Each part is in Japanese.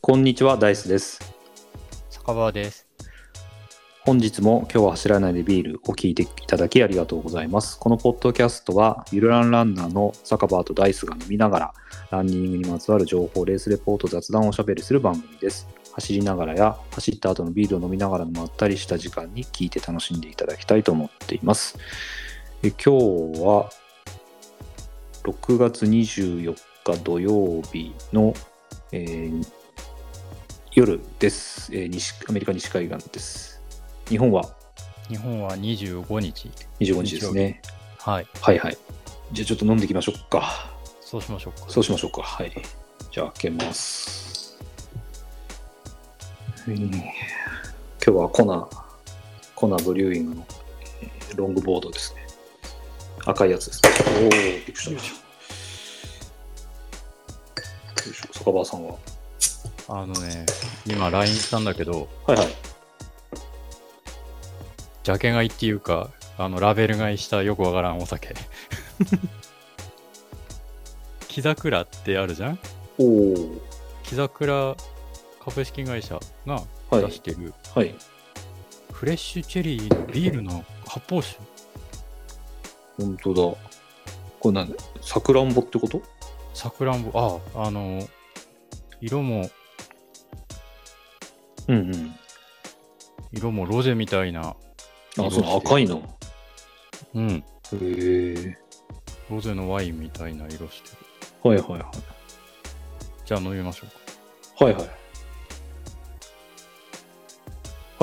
こんにちは、ダイスです。酒場です。本日も今日は走らないでビールを聞いていただきありがとうございます。このポッドキャストは、ゆるランランナーの酒場とダイスが飲みながら、ランニングにまつわる情報、レースレポート、雑談をおしゃべりする番組です。走りながらや走った後のビールを飲みながらのまったりした時間に聞いて楽しんでいただきたいと思っています。え今日は6月24日土曜日の、えー夜です、えー西。アメリカ西海岸です。日本は日本は25日。 25日ですね。はい。はいはい。じゃあちょっと飲んでいきましょうか。そうしましょうか。そうしましょうか。はい。じゃあ開けます。うん今日はコナ、コナブリューイングのえーロングボードですね。赤いやつですね。おお、びっくりした。よいしょ。よいしょ酒場さんは。あのね、今 LINE したんだけど、はいはい。ジャケ買いっていうか、あの、ラベル買いしたよくわからんお酒。 木桜ってあるじゃんおお、木桜株式会社がはい出してるはい。フレッシュチェリーのビールの発泡酒。本当だ。これなんださくらんぼってことさくらんぼ、あ、あの、色も、うんうん。色もロゼみたいな。あ、その赤い。いの。うん。へえ。ロゼのワインみたいな色してる。はいはいはい。じゃあ飲みましょうか。はいはい。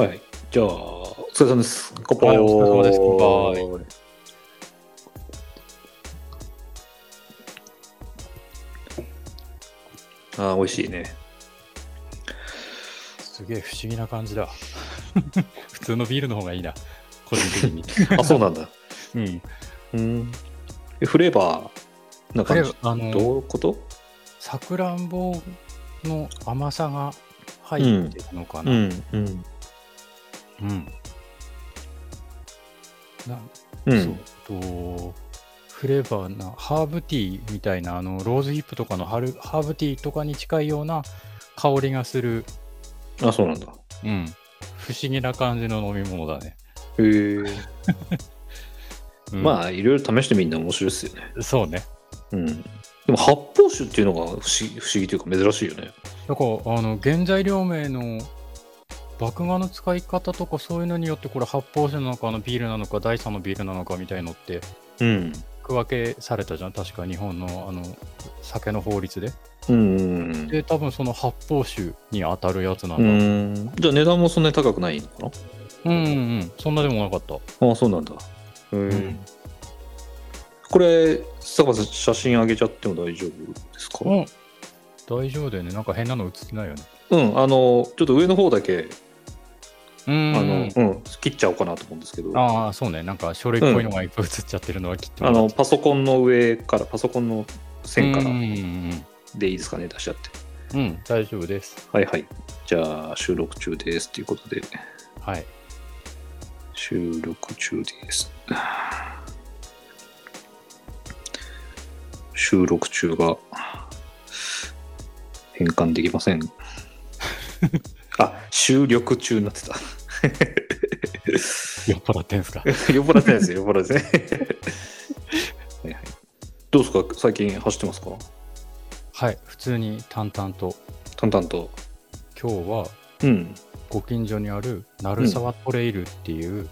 はい。じゃあ、お疲れ様です。乾杯。はいお疲れ様です乾杯。あー美味しいね。すげえ不思議な感じだ。 普通のビールの方がいいな。個人的 に。あ、そうなんだ。うん。 うん。えフレーバーなこ感れじ。、あの、どういうことさくらんぼの甘さが入ってるのかな。うん。ん。うん。なう。そうんと、フレーバーな、ハーブティーみたいな、あの、ローズヒップとかのハルハーブティーとかに近いような香りがする、あ、そうなんだ。うん。不思議な感じの飲み物だね。へえ。うん、まあ、いろいろ試してみるのは面白いですよね。あ、そうね。うん。でも発泡酒っていうのが不思議不思議というか珍しいよね。なんかあの原材料名の麦芽の使い方とかそういうのによってこれ発泡酒なのかあのビールなのか第三のビールなのかみたいのってうん。区分けされたじゃん確か日本のあの酒の法律でうんうんで多分その発泡酒に当たるやつなうんだん。うん。じゃあ値段もそんなに高くないのかうんうんうんそんなでもなかったなああ、そうなんだ。ううんん。これ、坂さん、写真あげちゃっても大丈夫ですかうん大丈夫だよねなんか変なの映ってないよねうん。あの、ちょっと上の方だけ、うんあの、うん、切っちゃおうかなと思うんですけど、ああそうねなんか書類っぽいのがいっぱい映っちゃってるのはきっとあの、パソコンの上から、パソコンの線からうんうんうんでいいですかね、出しちゃって。うんうん大丈夫ですはいはい。じゃあ、収録中ですということで。はい収録中です。収録中が変換できません。 あ、収録中にな ってた。酔っ払ってんすか酔っ払ってないですよ、酔っ払 ってない。はいはいどうですか最近走ってますかはい普通に淡々と淡々と。今日はうん。ご近所にある鳴沢トレイルっていう、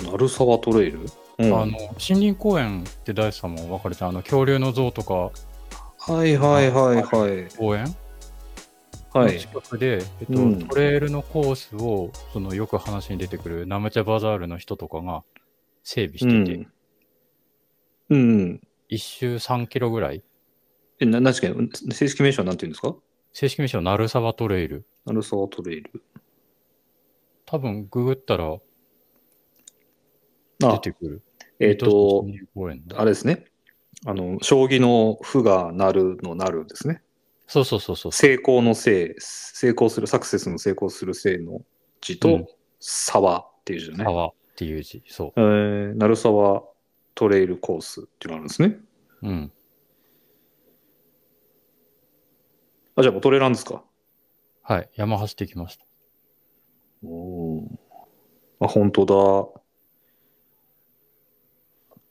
鳴沢トレイル、うん、あの森林公園って大地さんも分かれてあの恐竜の像とかはいはいはいはい。公園はのい。近くで、えっとうんトレイルのコースをそのよく話に出てくるナムチャバザールの人とかが整備してて、うん。うん。一周3キロぐらいえ、な、確かに、正式名称は何て言うんですか正式名称鳴沢トレイル鳴沢トレイル。多分ググったら出あ、てくるえっ、水戸市と森、林公園だあれですね。あの、将棋の歩がなるのなるですね。そうそうそうそう成功のせい、成功する、サクセスの成功するせいの字うとん、沢っていう字だね。川っていう字そえー、鳴沢トレイルコースっていうのがあるんですね。ううんあ、じゃあもうトレランですかはい。山走ってきました。おおー。あ、本当だ。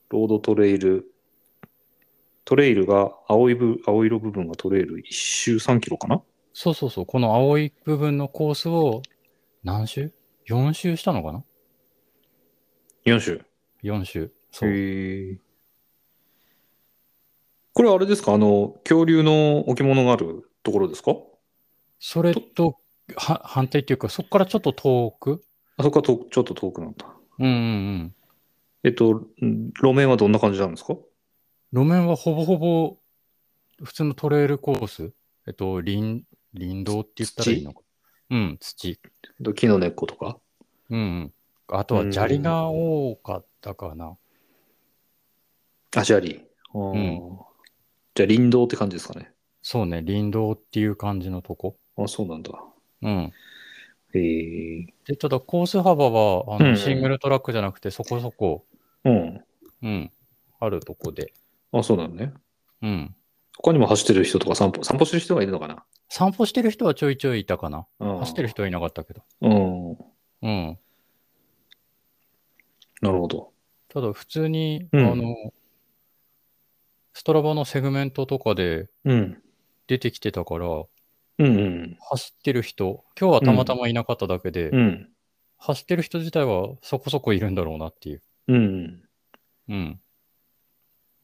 ロードトレイル。トレイルが青いぶ、青色部分がトレイル1周3キロかなそうそうそう。この青い部分のコースを何周 ?4 周したのかな ?4 周。 ?4 周。そう。へえ。これあれですかあの、恐竜の置物があるところですかそれと、は反対っていうか、そこからちょっと遠くあそこはとちょっと遠くなった。うんうんえっと、ん路面はどんな感じなんですかうん。路面はほぼほぼ、普通のトレイルコース。えっと、林、林道って言ったらいいのか。うん、土。木の根っことかうん、うん。あとは砂利が多かったかな。あ、砂利。あーうんじゃあ林道って感じですかね。そうね、林道っていう感じのとこ。あ、そうなんだ。うん。へえ。で、ただコース幅は、あうんうの、んシングルトラックじゃなくて、そこそこ、うん。うん、あるとこで。あ、そうなのね。うん。他にも走ってる人とか散歩、散歩してる人がいるのかな散歩してる人はちょいちょいいたかな。うん走ってる人はいなかったけど。うん。うん。なるほど。ただ、普通に、うんあの、ストラバのセグメントとかでうん。出てきてたから、うんうん。走ってる人、今日はたまたまいなかっただけで、うん。走ってる人自体はそこそこいるんだろうなっていう。うん。うん。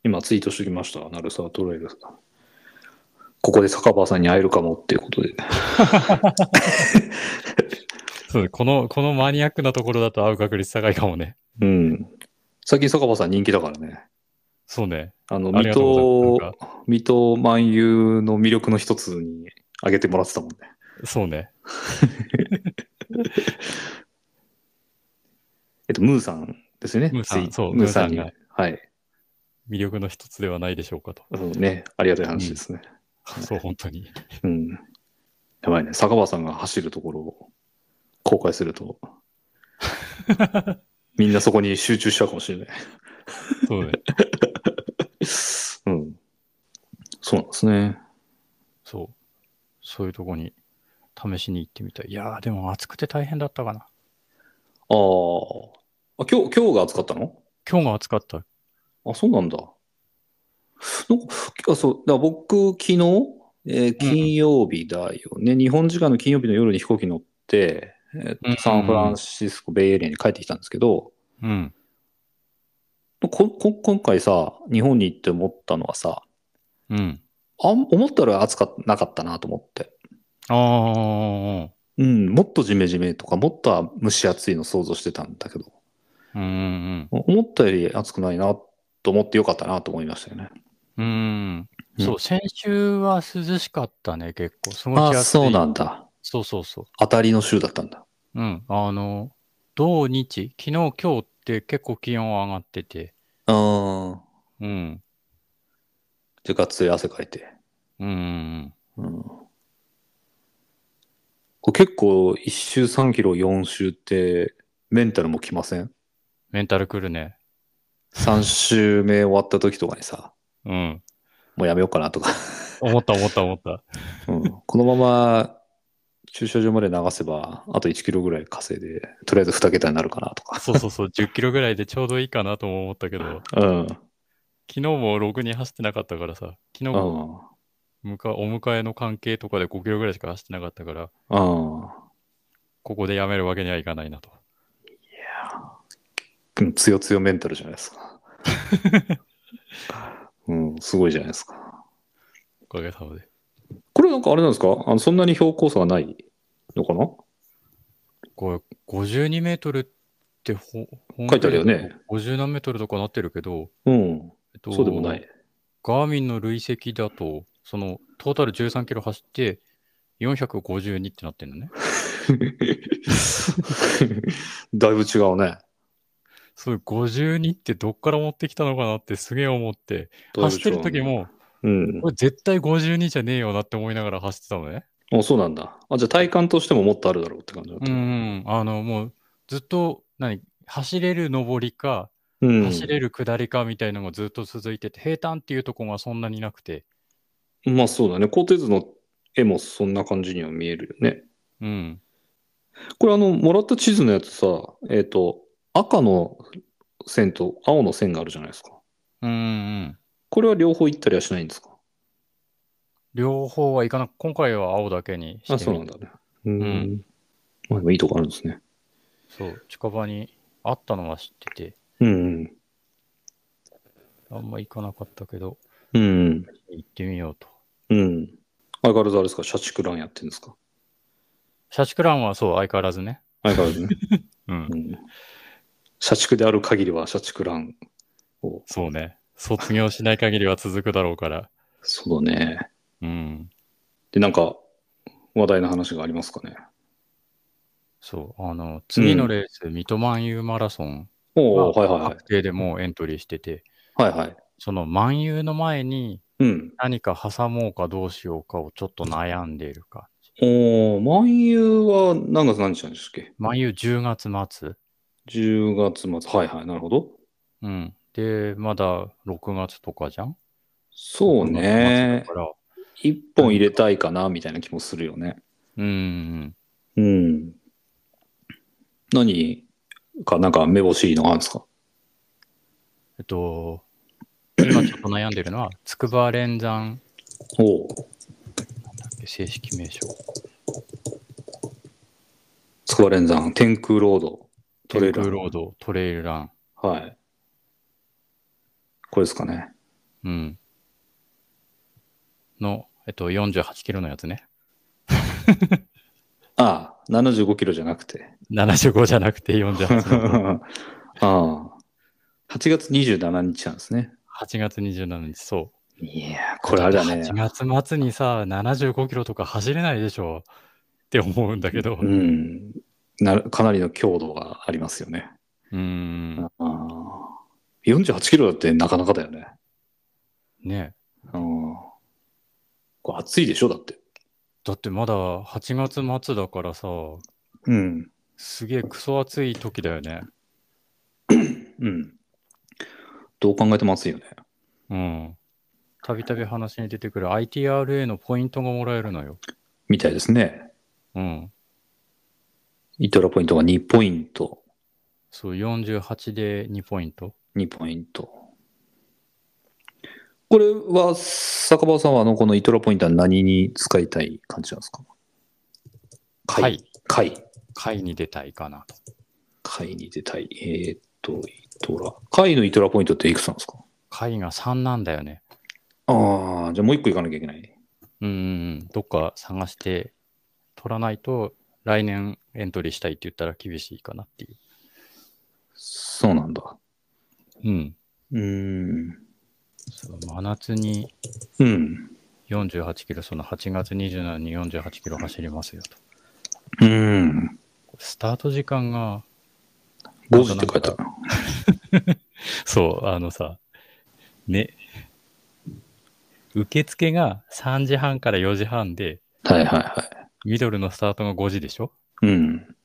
今ツイートしてきました。ナルサートレイル。ここで坂場さんに会えるかもっていうことで。そうこの、このマニアックなところだと会う確率高いかもね。うん。最近坂場さん人気だからね。そうね。あの、水ありがとうご戸ざいます。なんか水戸万有の魅力の一つに挙げてもらってたもんね。そうね。えっと、ムーさんですよね。ムーさんツイそうムーさんムーがさん。はい。魅力の一つではないでしょうかと。うんね。ありがたい話ですね。そう、本当に。うん。やばいね。坂場さんが走るところを公開する と、みんなそこに集中しちゃうかもしれない。そうね。うん。そうなんですね。そう。そういうとこに試しに行ってみたい。いやー、でも暑くて大変だったかな。あーあ。今日、今日が暑かったの今日が暑かった。あ、そうなんだ。なんかあそう、だから僕、昨日、えー金曜日だよね、日本時間の金曜日の夜に飛行機乗って、えーうんサンフランシスコ、ベイエリアに帰ってきたんですけど、うん。ここ今回さ、日本に行って思ったのはさ、うん。あん思ったより暑かっなかったなと思って。あー。うん、もっとジメジメとか、もっと蒸し暑いの想像してたんだけど、うんうん思ったより暑くないなと思ってよかったなと思いましたよね。うん。うん。うんそう、先週は涼しかったね、結構。過ごしあ、やすい。そうなんだ。そうそうそ当たりの週だったんだ。う。うん。あの、土日、昨日、今日って結構気温上がってて。あーうん。で、がっつり汗かいて。うんうんうん、これ結構、1周3キロ4周って、メンタルもきませんメンタルくるね。 ?3 周目終わった時とかにさ、うん。もうやめようかなとか、思った思った思った。うん、このまま駐車場まで流せば、あと1キロぐらい稼いで、とりあえず2桁になるかなとか。 そうそうそう、10キロぐらいでちょうどいいかなとも思ったけど、昨うん。日もログに走ってなかったからさ、昨う日もん。むかお迎えの関係とかで5キロぐらいしか走ってなかったから、うんここでやめるわけにはいかないなと。うん。強強メンタルじゃないです か。うん、すごいじゃないですか。おかげさまで。これなんかあれなんですかあのそんなに標高差がないのかなこれ、52メートルってほ、書いてあるよね。 50何メートルとかなってるけど、うん。えっとそうでも ない。。ガーミンの累積だと、その、トータル13キロ走って、452ってなってんのね。だいぶ違うね。そう、52ってどっから持ってきたのかなってすげえ思って、だいぶ違うね走ってる時。も、うん。俺絶対52じゃねえよなって思いながら走ってたのね。あ、そうなんだ。あ、じゃあ体感としてももっとあるだろうって感じだっうた。ん、あの、もうずっと、何、走れる上りか、うん。走れる下りかみたいなのがずっと続いてて、平坦っていうとこがそんなになくて、まあそうだね。高低図の絵もそんな感じには見えるよね。うん。これあの、もらった地図のやつさ、えっ、と、赤の線と青の線があるじゃないですか。うんうん。これは両方行ったりはしないんですか両方はいかなく、今回は青だけにしてあ、みそうなんだね。うーん。うんまあでもいいとこあるんですね。そう、近場にあったのは知ってて、うんあんま行かなかったけど、うん。うん行ってみようと。うん。うん。相変わらずあれですか、社畜ランやってるんですか社畜ランはそう、相変わらずね。相変わら ずね。うんう。ん。社畜である限りは社畜ランを。そうね。卒業しない限りは続くだろうから。そうだね。うん。で、なんか、話題の話がありますかね。そう。あの、次のレース、水戸万有マラソンおはお、はいはいはい確。定でもうエントリーしてて、はいはい。その万有の前にうん。何か挟もうかどうしようかをちょっと悩んでいるか。おー、万有は何月何日なんでしたっけ万有10月末。 10月末。はいはい、なるほど。うん。で、まだ6月とかじゃんそうね6月末だ。から一本入れたいかな、みたいな気もするよね。うんううん。ん。何か、なんか目星いいのがあるんですかえっと、今ちょっと悩んでるの は、筑波連山おお、正式名称。筑波連山、天空ロード、トレイル天ラン空ロード、トレイルラン。はい。これですかね。うん。の、えっと、48キロのやつね。ああ、75キロじゃなくて。 75じゃなくてあ48の。 あ。8月27日なんですね。 8月27日、そう。いやー、これあれだね。 8月末にさ、75キロとか走れないでしょって思うんだけど。う。うんなかなりの強度がありますよね。ーん。ああ48キロだってなかなかだよね。ねうん。これ暑いでしょだって。だってまだ8月末だからさ、うん。すげえクソ暑い時だよね。うん。どう考えても暑いよね。うん。たびたび話に出てくる ITRA のポイントがもらえるのよ。みたいですね。うん。イトラポイントが2ポイント、そう、48で2ポイント。 2ポイント。これは、坂場さんはあの、このイトラポイントは何に使いたい感じなんですかはい。貝。会に出たいかなと。貝に出たい。えーっと、イトラ。貝のイトラポイントっていくつなんですか会が3なんだよね。ああ、じゃあもう1個行かなきゃいけない。うんうんうん。どっか探して取らないと、来年エントリーしたいって言ったら厳しいかなっていう。そうなんだ。うん。うーん。そう真夏にうん。 48キロ、その8月27に48キロ走りますよと。うーん。スタート時間が、 5時って書いてある。そう、あのさ、ね、受付が3時半から4時半で、はいはいはミドルのスタートが5時でしょい。うん。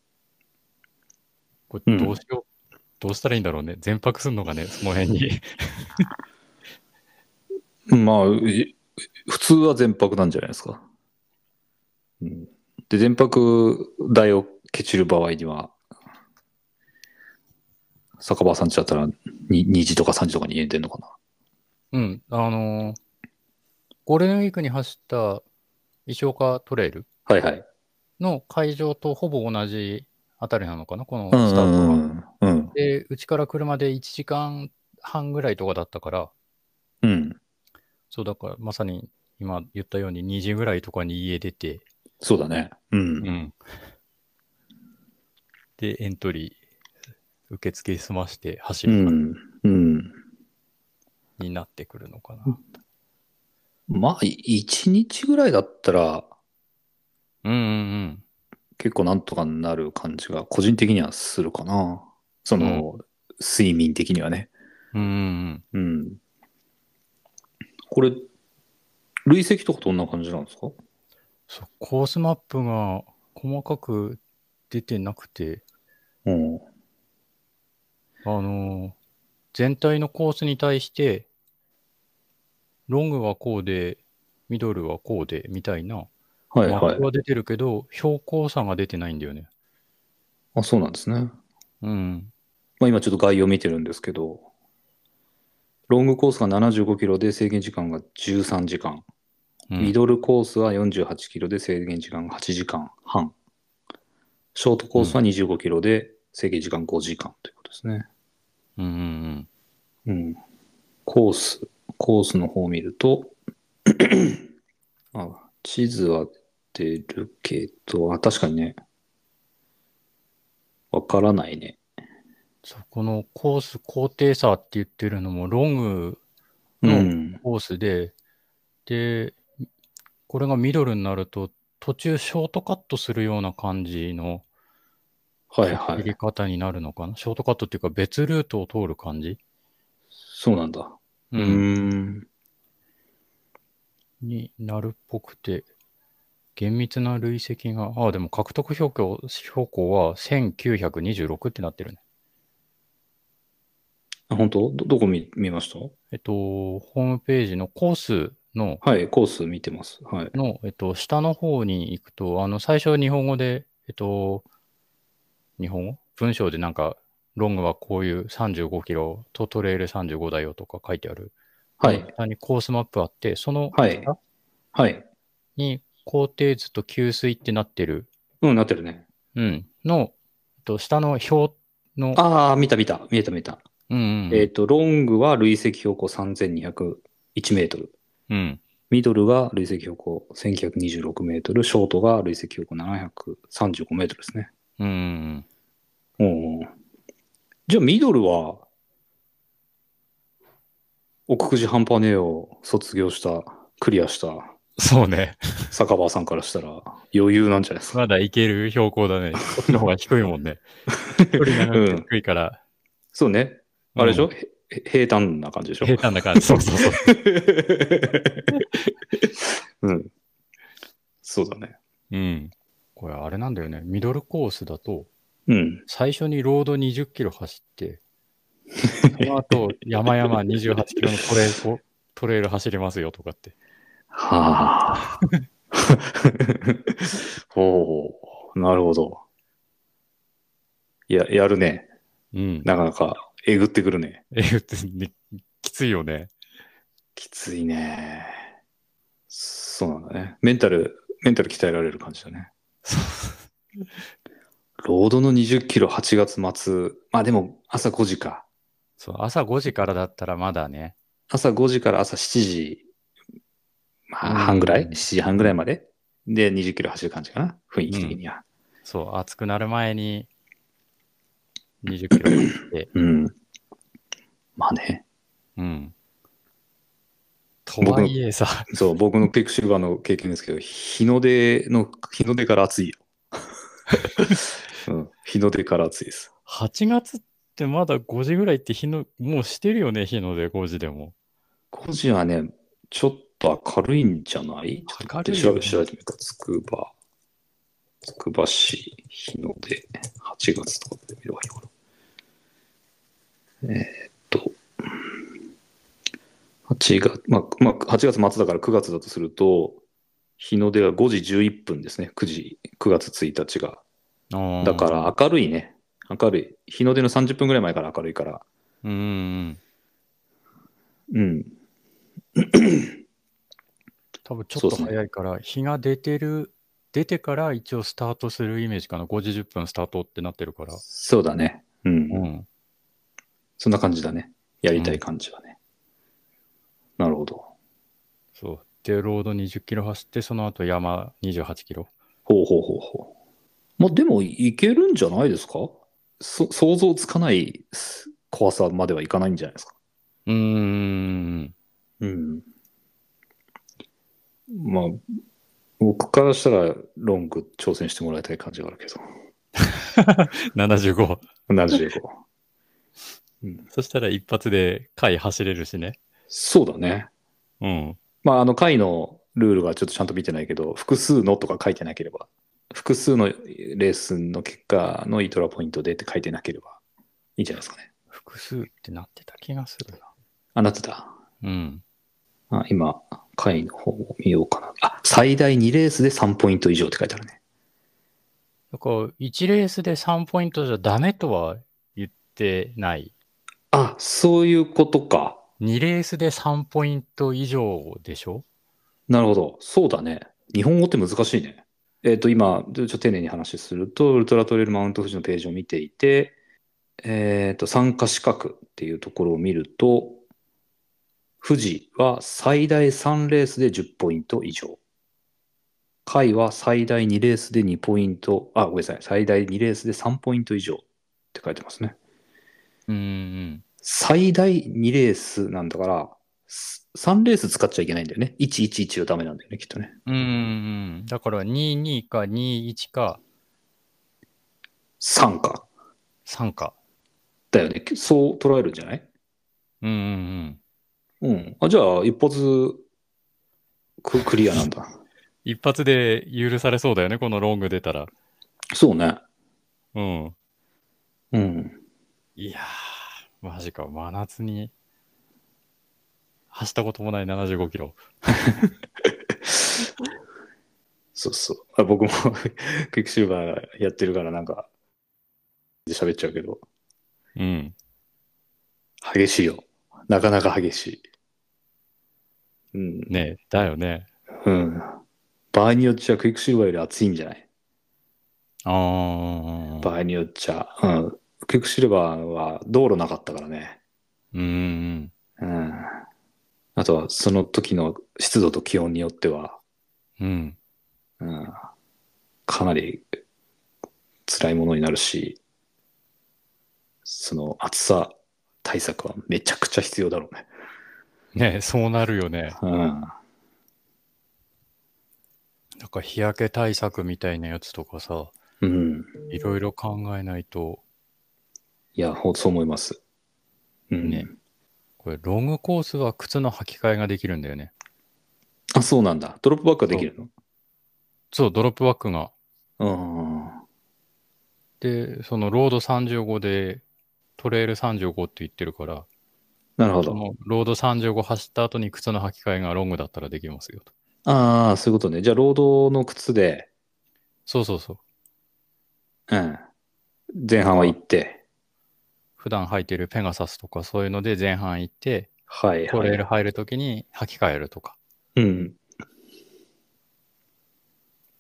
こうれんどうしよう、どうしたらいいんだろうね。全泊すんのがね、その辺に。まあ、う普通は全泊なんじゃないですか。うん、で、全泊代をケチる場合には、酒場さんちだったら 2, 2時とか3時とかに家出るのかな。 うん、あのーゴールデンウィークに走った石岡トレイルはいはい。の会場とほぼ同じあたりなのかな、このスうタんートが。うんうん。で、うちから車で1時間半ぐらいとかだったから、うん。そうだからまさに今言ったように2時ぐらいとかに家出て、そうだね。うん。ん。で、エントリー、受付済まして走うる感ん。うん。じになってくるのかな。まあ、い1日ぐらいだったら、うんうん結構なんとかなる感じが、個人的にはするかな。その、睡眠的にはね。うん。うんうんうん。これ、累積とかどんな感じなんですかそう。コースマップが細かく出てなくて、うん。あのー全体のコースに対して、ロングはこうで、ミドルはこうで、みたいな、はいマはいップ。は出てるけど、標高差が出てないんだよね。あ、そうなんですね。うん。まあ、今ちょっと概要見てるんですけど、ロングコースが75キロで制限時間が13時間、うんミドルコースは48キロで制限時間が8時間半、ショートコースは25キロで制限時間5時間ということですね。うんうんうん。うん。コース、コースの方を見る と、あ、地図は出るけど、あ、確かにね、わからないね。そこのコース、高低差って言ってるのも、ロングうん。コースで、で、これがミドルになると、途中ショートカットするような感じのはいは入い。れ方になるのかな。ショートカットっていうか別ルートを通る感じ、そうなんだ。うーうんん。になるっぽくて、厳密な累積が、ああ、でも獲得標高標高は1926ってなってるね。あ、本当ど、どこ見、見ましたえっと、ホームページのコースの、はい、コース見てます。はい。の、えっと、下の方に行くと、あの、最初日本語で、えっと、日本語文章でなんか、ロングはこういう35キロ、トトレイル35だよとか書いてある。はい。下にコースマップあって、そのはい下。はい。に高低図と給水ってなってる、うん、なってるね。うん、の、えっと、下の表の、ああ、見た見た。見えた見えた。うんうんうん、えっ、と、ロングは累積標高3201メートル。うん、ミドルが累積標高1926メートル、ショートが累積標高735メートルですね。うんううんんうん。じゃあミドルは、奥久慈半端ねえを卒業した、クリアしたそうね。坂場さんからしたら余裕なんじゃないですか。まだいける標高 だね。こっちの方が低いもんね。距離がうん低いから、そうね。あれでしょ、うへへ平坦な感じでしょ平坦な感じ。そうそうそう。 うん。そうだね。うん。これあれなんだよね。ミドルコースだと、うん。最初にロード20キロ走 って、その後山々28キロのトレイルをトレイル走りますよとかって。は あ。ほう、なるほど。や、やるね。うん。なかなか、えぐってくるね。えーってねきついよね。きついね。そうなんだね。メンタル、メンタル鍛えられる感じだね。 ロードの20キロ8月末。まあでも、朝5時か。そう、朝5時からだったらまだね。朝5時から朝7時、まうんあ、半ぐらい、?7 時半ぐらいまでで、20キロ走る感じかな雰囲気的には。そう、暑くなる前に20キロ走 って。うん。まあね。うん。とはいえさ、そう、僕のピクシルバーの経験ですけど、日の出の、日の出から暑い よ。うん、日の出から暑いです。 8月ってまだ5時ぐらいって日の、もうしてるよね、日の出5時でも。 5時はね、ちょっと明るいんじゃないちょっと明待るっいてよ調べ、ね調べてみた。つくば、つくば市、日の出、8月とかで見ればいいのかな。えーっと、8月、まあ、まあ、8月末だから9月だとすると、日の出が5時11分ですね。9時、9月1日が。だか、ら明るいね。明るい。日の出の30分ぐらい前から明るいから。うんうん。うん。多分ちょっとそうですね早いから、日が出てる、出てから一応スタートするイメージかな。5時10分スタートってなってるから。そうだね。うんうん。そんな感じだね。やりたい感じはね。なるほど。そう。で、ロード20キロ走って、その後山28キロ。ほうほうほうほう。まあでも、いけるんじゃないですかそ想像つかないす怖さまではいかないんじゃないですか。うーん。うん。まあ、僕からしたらロング挑戦してもらいたい感じがあるけど。 75。 75。 そしたら一発で回走れるしね。そうだね。うん。まあ、あの回のルールがちょっとちゃんと見てないけど、複数のとか書いてなければ、複数のレースの結果のイトラポイントでって書いてなければいいんじゃないですかね。複数ってなってた気がするな。あ、なってた。うん。あ今、回の方を見ようかな。あ、最大2レースで3ポイント以上って書いてあるね。だから、1レースで3ポイントじゃダメとは言ってない。あ、そういうことか。 2レースで3ポイント以上でしょなるほど。そうだね。日本語って難しいね。えっ、と、今、ちょっと丁寧に話すると、ウルトラトレイルマウント富士のページを見ていて、えっ、と、参加資格っていうところを見ると、富士は最大3レースで10ポイント以上。海は最大2レースで2ポイント、あ、ごめんなさい。最大2レースで3ポイント以上って書いてますね。うーん。最大2レースなんだから、3レース使っちゃいけないんだよね。111はダメなんだよね、きっとね。うーん。だから、22か21か3か。 3か。だよね。そう捉えるんじゃないうんうんうん。うん。あ、じゃあ、一発、ククリアなんだ。一発で許されそうだよね、このロング出たら。そうね。うん。うん。いやー、マジか、真夏に。走ったこともない75キロ。そうそう。あ僕も、 クイックシルバーやってるから、なんか、喋っちゃうけど、うん。激しいよ。なかなか激しい。うん。ねえ、だよね。うん。場合によっちゃ、クイックシルバーより熱いんじゃないあー。場合によっちゃ。うん。クイックシルバーは道路なかったからね。うんううん。ん。あとは、その時の湿度と気温によっては、うん。うんかなり辛いものになるし、その暑さ対策はめちゃくちゃ必要だろうね。ねえ、そうなるよね。うん。なんか日焼け対策みたいなやつとかさ、うん。いろいろ考えないと、いや、ほそう思います。うん。ねこれロングコースは靴の履き替えができるんだよね。あ、そうなんだ。ドロップバックはできるのそう、ドロップバックが。うん。で、そのロード35でトレイル35って言ってるから、なるほそど。のロード35走った後に靴の履き替えがロングだったらできますよと。ああ、そういうことね。じゃあ、労働の靴で、そうそうそうう。ん。前半は行って、普段履いてるペガサスとかそういうので前半行って、はい、トはレイい。ル入るときに履き替えるとかうん。っ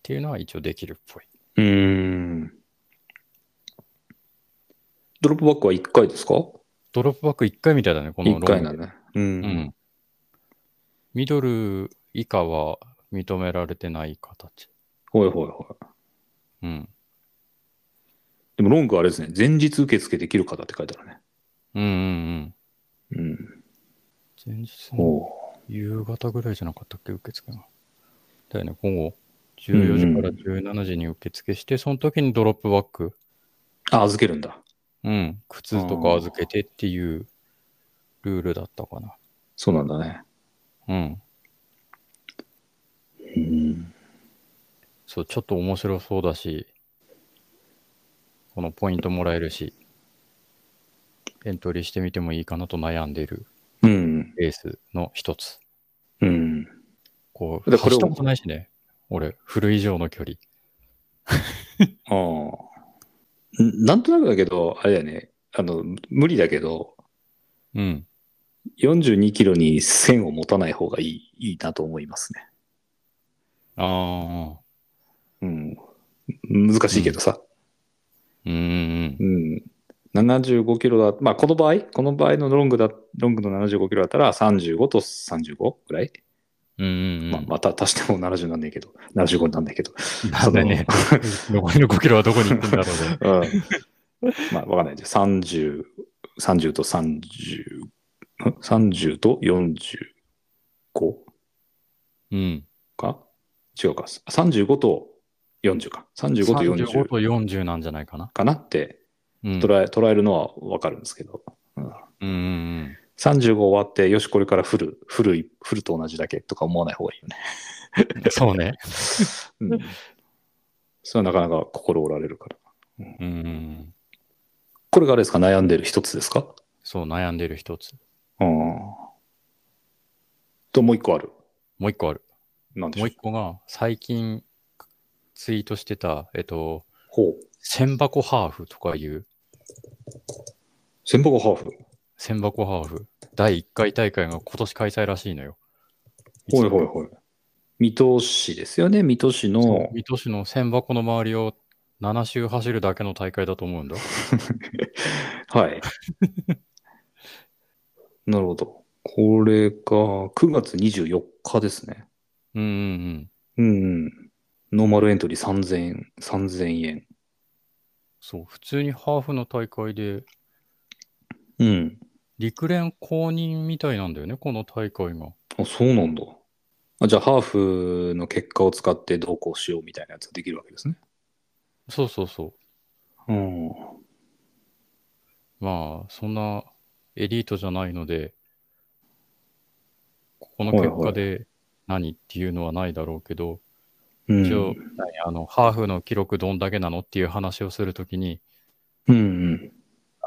ていうのは一応できるっぽい。うーん。ドロップバックは1回ですかドロップバック1回みたいだね、このロ一ング回なんだね。う。うんん。ミドル以下は認められてない形。ほいほいほい。うん。でもロングはあれですね、前日受付できる方って書いてあるね。うんうんうん。うん。前日のおう夕方ぐらいじゃなかったっけ、受付が。だよね、午後14時から17時に受付して、その時にドロップバック、あ、預けるんだ。うん、靴とか預けてっていうルールだったかな。そうなんだね。うん。うん。そう、ちょっと面白そうだし、このポイントもらえるし、エントリーしてみてもいいかなと悩んでいるうん。レースの一つ。うん。こでう、これ走をったことないしね。俺、フル以上の距離。ああ。んなんとなくだけど、あれだよね。あの、無理だけど、うん。 42キロに線を持たない方がいい、いいなと思いますね。ああ。うん。難しいけどさ。うんうんう。ん。75キロだ、まあ、この場合、この場合のロングだ、ロングの75キロだったら35と35ぐらいうんうんうん。まあ、また足しても70なんだけど、75なんだけ ど。なんだね。残りの5キロはどこに行くんだろうね。うん。まあ、わかんないです。30、30と30、ん30と45うん。か違うか。35と40か。35と35 40と40なんじゃないかな。かなってうん。捉え捉えるのはわかるんですけど。うんうんうん うん。 35終わって、よし、これからフル、フル、フルと同じだけとか思わない方がいいよね。 そうね。うん。それはなかなか心折られるから。うんうんうん。これがあれですか悩んでる一つですかそう、悩んでる一つ。うん。と、もう一個ある。もう一個ある。なんでしもょうう一。個が、最近ツイートしてた、えっと、ほう。千箱ハーフとかいう、千箱ハーフ。千箱ハーフ、第1回大会が今年開催らしいのよ。ほいほいほい。水戸市ですよね。水戸市の水戸市の千箱の周りを7周走るだけの大会だと思うんだ。はい。 なるほど。これが9月24日ですね。うんうんうん。うん、うん。ノーマルエントリー3000円。3000円。そう、普通にハーフの大会で、うん。陸連公認みたいなんだよね、この大会が。あ、そうなんだ。あじゃあ、ハーフの結果を使ってどうこうしようみたいなやつができるわけですね。そうそうそうん。う。まあ、そんなエリートじゃないので、ここの結果で何っていうのはないだろうけど、うん。一応、何あの、ハーフの記録どんだけなのっていう話をするときに、うんうん。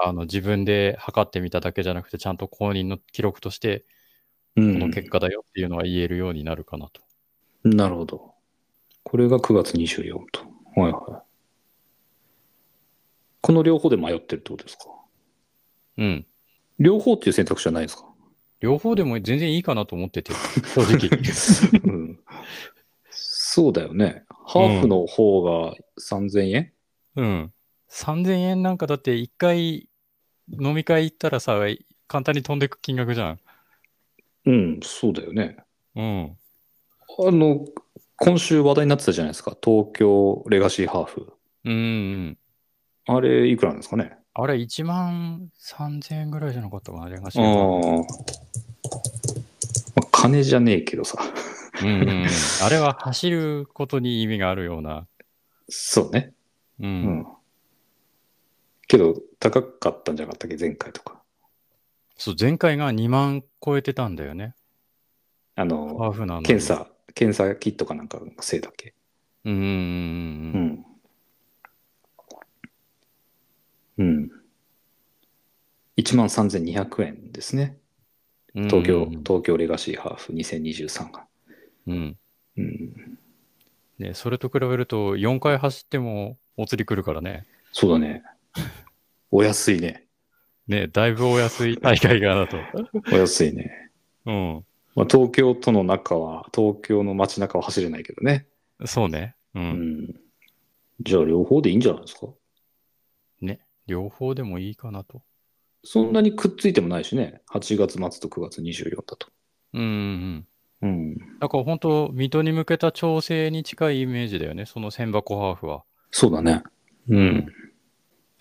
あの、自分で測ってみただけじゃなくて、ちゃんと公認の記録として、うこん。の結果だよっていうのは言えるようになるかなと。なるほど。これが9月24と。はいはい。この両方で迷ってるってことですかうん。両方っていう選択肢はないです か両方でも全然いいかなと思ってて、正 直。うん。そうだよね。ハーフの方が3000円、うん。3000円なんかだって一回飲み会行ったらさ、簡単に飛んでく金額じゃん。うん、そうだよね。うん。あの、今週話題になってたじゃないですか。東京レガシーハーフ。うん、うん。あれ、いくらなんですかねあれ、1万3000円ぐらいじゃなかったかな、レガシああーは。ー。まあ金じゃねえけどさ。うんうんうん。あれは走ることに意味があるような。そうね。う。うんん。けど、高かったんじゃなかったっけ前回とか。そう、前回が2万超えてたんだよね。あハの、ーフなのに。検。査、検査キットかなんかのせいだっけ。うんうんううんうん。ん。うん。1万3200円ですね。東京、うんうんうん東京レガシーハーフ2023が。うん。うん。ね、それと比べると、4回走ってもお釣り来るからね。そうだ ね。お安いね。ね、だいぶお安い大会がだと。お安いね。うん。まあ、東京都の中は、東京の街中は走れないけどね。そうね。う。うんん。じゃあ、両方でいいんじゃないですかね。両方でもいいかなと。そんなにくっついてもないしね。8月末と9月24だと。うんうんうん。うん。だから本当、水戸に向けた調整に近いイメージだよね。その千箱ハーフは。そうだね。うん。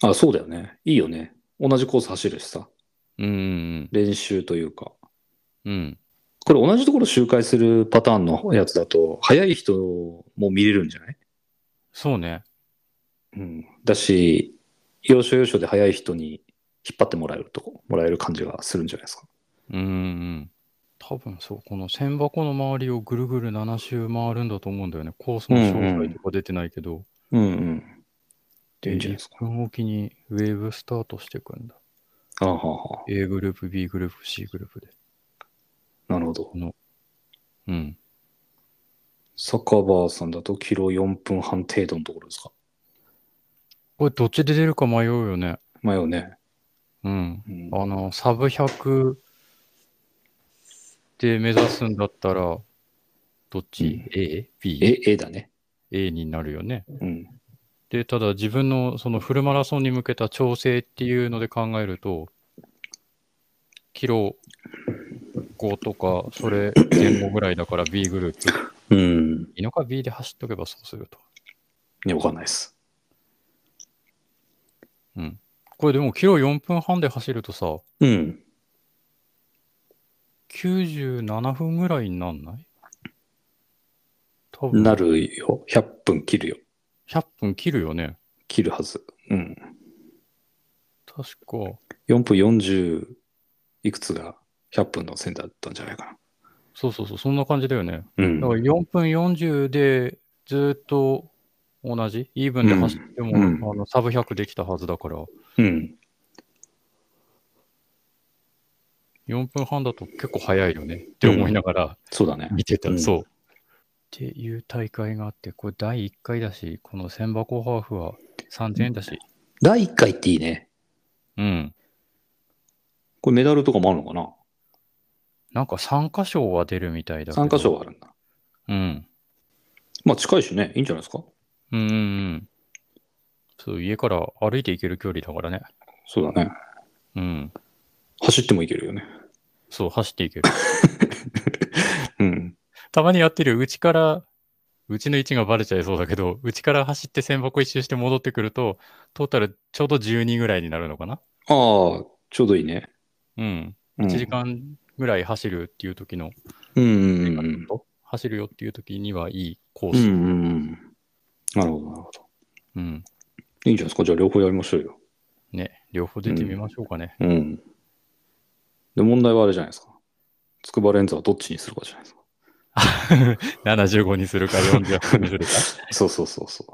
あ、そうだよね。いいよね。同じコース走るしさ。うんうん練習というか。うん。うん。これ同じところ周回するパターンのやつだと、速い人も見れるんじゃないそうね。うん。だし、要所要所で速い人に引っ張ってもらえると、もらえる感じがするんじゃないですか。うんうんうん。多分そう、この千箱の周りをぐるぐる7周回るんだと思うんだよね。コースの詳細とか出てないけど。うんうん。で、いいんじゃないですか1分おきにウェーブスタートしていくんだ。あはは。 A グループ、B グループ、C グループで。なるほど。うん。坂場さんだとキロ4分半程度のところですか。これどっちで出るか迷うよね。迷うね。うん。うんあの、サブ100で目指すんだったら、どっち、うん ?A? B? え、えだね。 A になるよね。うん。で、ただ自分のそのフルマラソンに向けた調整っていうので考えると、キロ5とか、それ前後ぐらいだから B グループ。うん。いいのか B で走っとけばそうすると。いやわかんないです。これでもキロ4分半で走るとさ、うん。 97分ぐらいになんない多分なるよ。100分切るよ。 100分切るよね。切るはず。うん。確か。 4分40いくつが100分の線だったんじゃないかそうそうそう、そんな感じだよね。な。うだからん。 4分40でずーっと同じ、イーブンで走っても、うんうんあのサブ100できたはずだから、うん。 4分半だと結構早いよねって思いながらそうだね。見てた。うんそう。っていう大会があって、これ第1回だし、この千箱ハーフは3000円だし、第1回っていいね。うん。これメダルとかもあるのかななんか参加賞は出るみたいだけど。参加賞はあるんだ。うん。まあ近いしね、いいんじゃないですかうんうんうん。そう、家から歩いて行ける距離だからね。そうだね。うん。走ってもいけるよね。そう、走っていける。うん。たまにやってるようちから、うちの位置がバレちゃいそうだけど、うちから走って千箱一周して戻ってくると、トータルちょうど12ぐらいになるのかなああ、ちょうどいいね。うん。うん、 1時間ぐらい走るっていう時の、うんうんうん。走るよっていう時にはいいコうんーうス。んうん。なるほど、なるほど。うん。いいんじゃないですかじゃあ両方やりましょうよ。ね、両方出てみましょうかね。うん。で、問題はあれじゃないですか。筑波レンズはどっちにするかじゃない ですか。 75にするか48にするか。そうそうそうそう。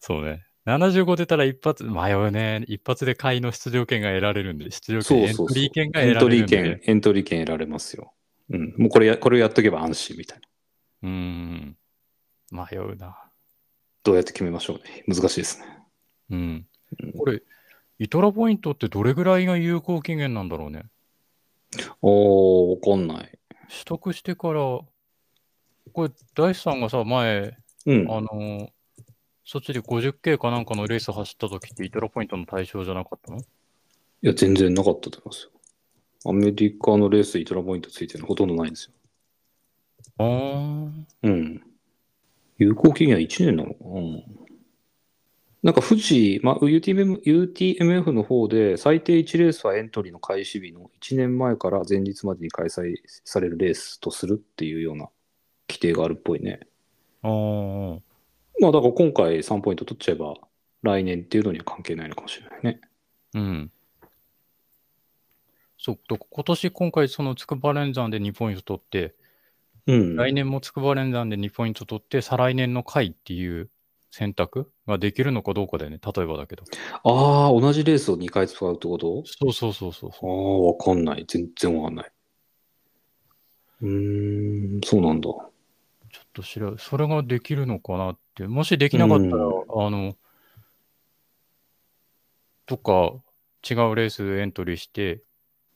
そうね。75出たら一発、迷うね。一発で会の出場権が得られるんで、出場権、そうエンそうトそう。リー権がエ得ントられリーるんで。権、エントリー権得られますよ。うん。もうこれや、これやっとけば安心みたいな。うん。迷うな。どうやって決めましょうね。難しいですね。うんうん。これ、イトラポイントってどれぐらいが有効期限なんだろうね。おー、わかんない。取得してから、これ、大師さんがさ、前、うん。あのーそっちで 50K かなんかのレース走った時ってイトラポイントの対象じゃなかったのいや、全然なかったと思いますよ。アメリカのレースイトラポイントついてるのほとんどないんですよ。あうん。有効期限は1年なのかな、なんか富士、まあ、UTM UTMF の方で最低1レースはエントリーの開始日の1年前から前日までに開催されるレースとするっていうような規定があるっぽいね。あ。ああ。まあだから今回3ポイント取っちゃえば来年っていうのには関係ないのかもしれないね。うん。そう、だから今年今回その筑波連山で2ポイント取って、うん。来年も筑波連山で2ポイント取って、再来年の回っていう選択ができるのかどうかだよね。例えばだけど。ああ、同じレースを2回使うってことそうそうそうそうあ。あ、わかんない。全然わかんない。うーん、そうなんだ。ちょっと知らそれができるのかなって。もしできなかったら、うあの、とか、違うレースエントリーして、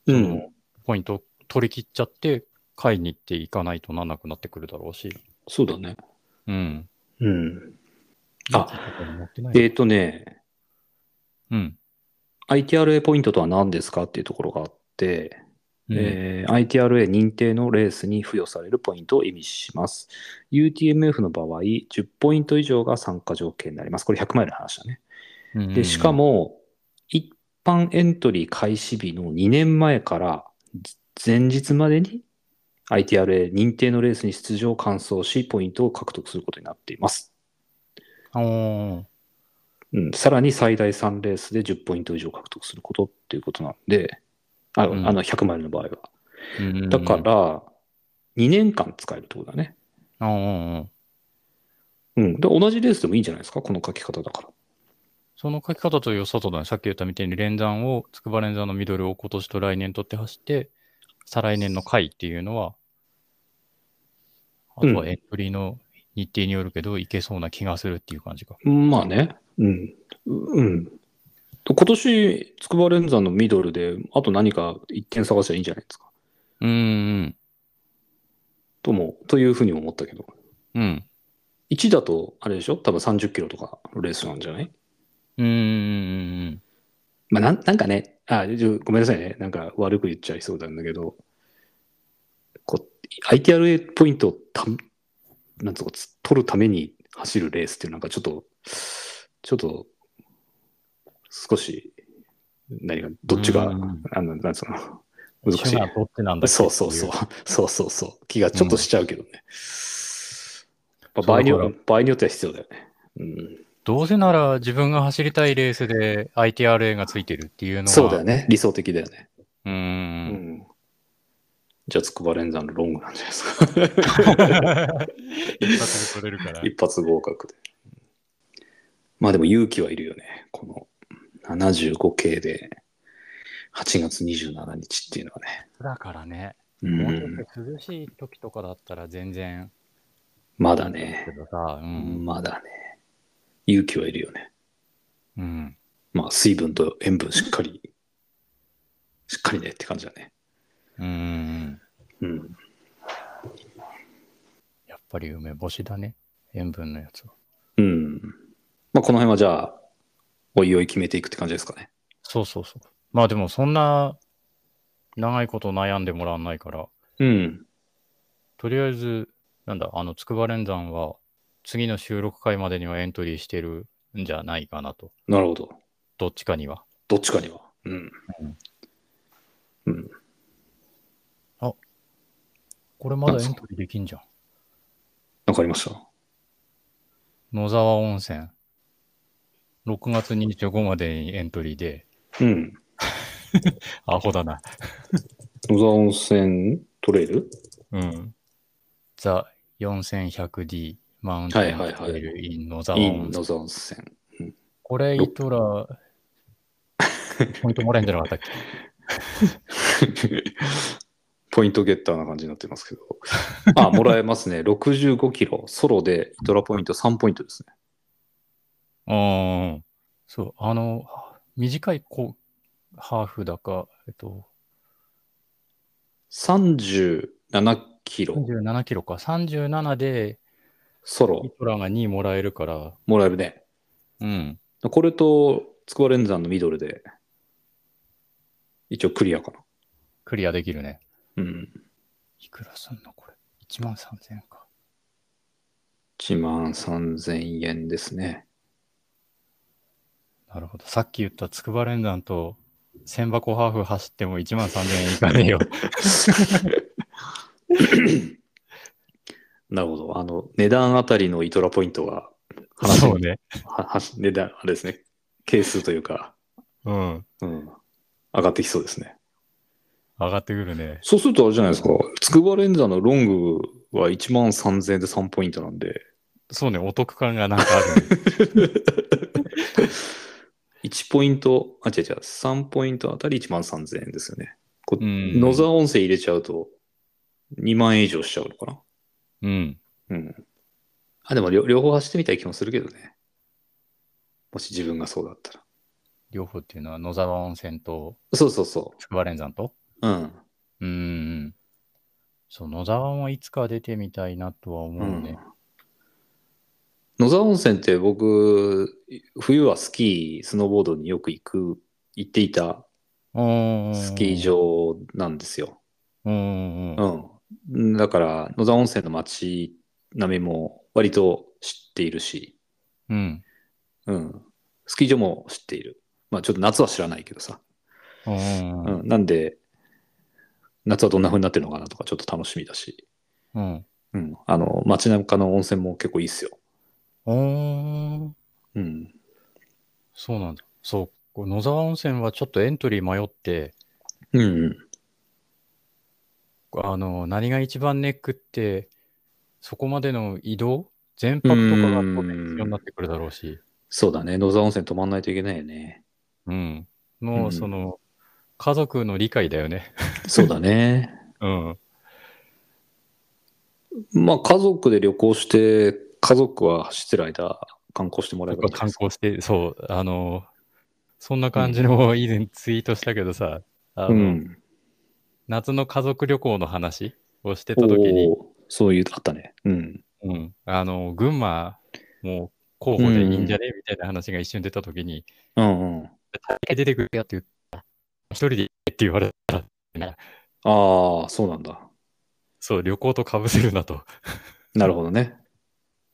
うそんの。ポイント取り切っちゃって、回に行っていかないとなんなくなってくるだろうし。そうだね。うん。うん。あ、持ってないえっ、とね、うん。 ITRA ポイントとは何ですかっていうところがあって、えー ITRA 認定のレースに付与されるポイントを意味します。UTMF の場合、10ポイント以上が参加条件になります。これ100マイルの話だね。うんで、しか、も、一般エントリー開始日の2年前から前日までに ITRA 認定のレースに出場、完走し、ポイントを獲得することになっています。おーうん、さらに最大3レースで10ポイント以上獲得することっていうことなんで、あ,、うんあの100マイルの場合は。うんだから、2年間使えるってことだね。あーうん。で、同じレースでもいいんじゃないですかこの書き方だから。その書き方と良さとだね、さっき言ったみたいに連山を、筑波連山のミドルを今年と来年取って走って、再来年の回っていうのは、あとはエントリーの日程によるけど、いけそうな気がするっていう感じか。まあね。うん。ううん。今年、筑波連山のミドルで、あと何か一点探したらいいんじゃないですか。うんうん。とも、というふうに思ったけど。うん。 1だと、あれでしょ多分30キロとかのレースなんじゃないうんうんまあ、なんなんかね、あ、ちょごめんなさいね。なんか悪く言っちゃいそうなんだけど、こう、ITRA ポイントをた、なんつうか、つ取るために走るレースっていうなんかちょっと、ちょっと、少し、何が、どっちが、うんあの、なんつうの、うん。難し手がどっちない。んだっけっていそうそうそう。。そうそうそう。気がちょっとしちゃうけどね。まあそう場合にだよか場合によっては必要だよね。うん、どうせなら自分が走りたいレースで ITRA がついてるっていうのが。そうだよ。ね。理想的だよね。うんうんううん。んじゃあ、筑波連山のロングなんじゃないですか。一発で取れ るから。一発合格で。まあでも勇気はいるよね。この75系で8月27日っていうのはね。だからね、うもうちょんっ、と涼しい時とかだったら全然、まだねけ。どさ、うん。まだね。勇気はいるよね。うん。まあ、水分と塩分しっかり、しっかりねって感じだね。うん。うん。やっぱり梅干しだね。塩分のやつは。うん。まあ、この辺はじゃあ、おいおい決めていくって感じですかね。そうそうそう。まあでもそんな長いこと悩んでもらわないから、うん。とりあえず、なんだ、あの、筑波連山は次の収録回までにはエントリーしてるんじゃないかなと。なるほど。どっちかには。どっちかには。うん。うん。これまだエントリーできんじゃん。わかりました。野沢温泉。6月25までにエントリーで、うん。アホだな。野沢温泉トレイルうん。ザ 4100D マウンはいテンはいはいトレイルイン野沢イン温泉。野沢温泉。これ、イトラ、ポイントもらえんじゃなかったっけ ポイントゲッターな感じになってます けど。あ、もらえますね。65キロ、ソロでイトラポイント3ポイントですね。うん。そう、あの、短いこうハーフだか、えっと、 37キロ、 37キロか、37で、ソイロ、トラが2もらえるから、もらえるね。うん。これと、筑波連山のミドルで、一応クリアかクリアできるね。な。うん。いくらすんのこれ。1万3000円か。 1万3000円ですね。なるほど。さっき言った筑波連山と千箱ハーフ走っても1万3000円いかねえ よ。 なるほど。あの、値段あたりのイトラポイントが、話そうに、ね。はは値段、あれですね。係数というか、うん。うん。上がってきそうですね。上がってくるね。そうするとあれじゃないですか。筑波レンザのロングは1万3000円で3ポイントなんで、そうね、お得感がなんかあ るね、 1ポイント、あ、違う違う、3ポイントあたり1万3000円ですよね。こうん野沢温泉入れちゃうと、2万円以上しちゃうのかな。うん。うん。あ、でも両両方走ってみたい気もするけどね。もし自分がそうだったら。両方っていうのは野沢温泉とそうそうそ筑波連山とう。うん。うーん。そう、野沢はいつか出てみたいなとは思うね。うん、野沢温泉って僕、冬はスキー、スノーボードによく行く、行っていたうん、スキー。場なんですよ。うんうんう。うんん。だから、野沢温泉の街並みも割と知っているし、うん。うん。スキー場も知っている。まあちょっと夏は知らないけどさ。うんううんん。なんで、夏はどんな風になってるのかなとかちょっと楽しみだし。うん。うん。あの、街中の温泉も結構いいっすよ。うん。うん。うん。そうなんだ。そう。こう野沢温泉はちょっとエントリー迷って、うんうん。あの、何が一番ネックって、そこまでの移動全泊とかが当然必要になってくるだろうし、そうだね。野沢温泉泊まんないといけないよね。うん。うの、んその、家族の理解だよね。そうだ ね。うん。まあ家族で旅行して、家族は走ってる間、観光してもらえばいいんじゃない観ですか。光して、そう、あの、そんな感じの以前ツイートしたけどさ、あのうん。夏の家族旅行の話をしておた時に、おーそういう、あったね。うん。うん、あの、群馬も候補でいいんじゃね、みたいな話が一瞬出た時に、うんうん。大会出てくるよって言った。一人で行けって言われたら、ああ、そうなんだ。そう、旅行と被せるなと。なるほどね。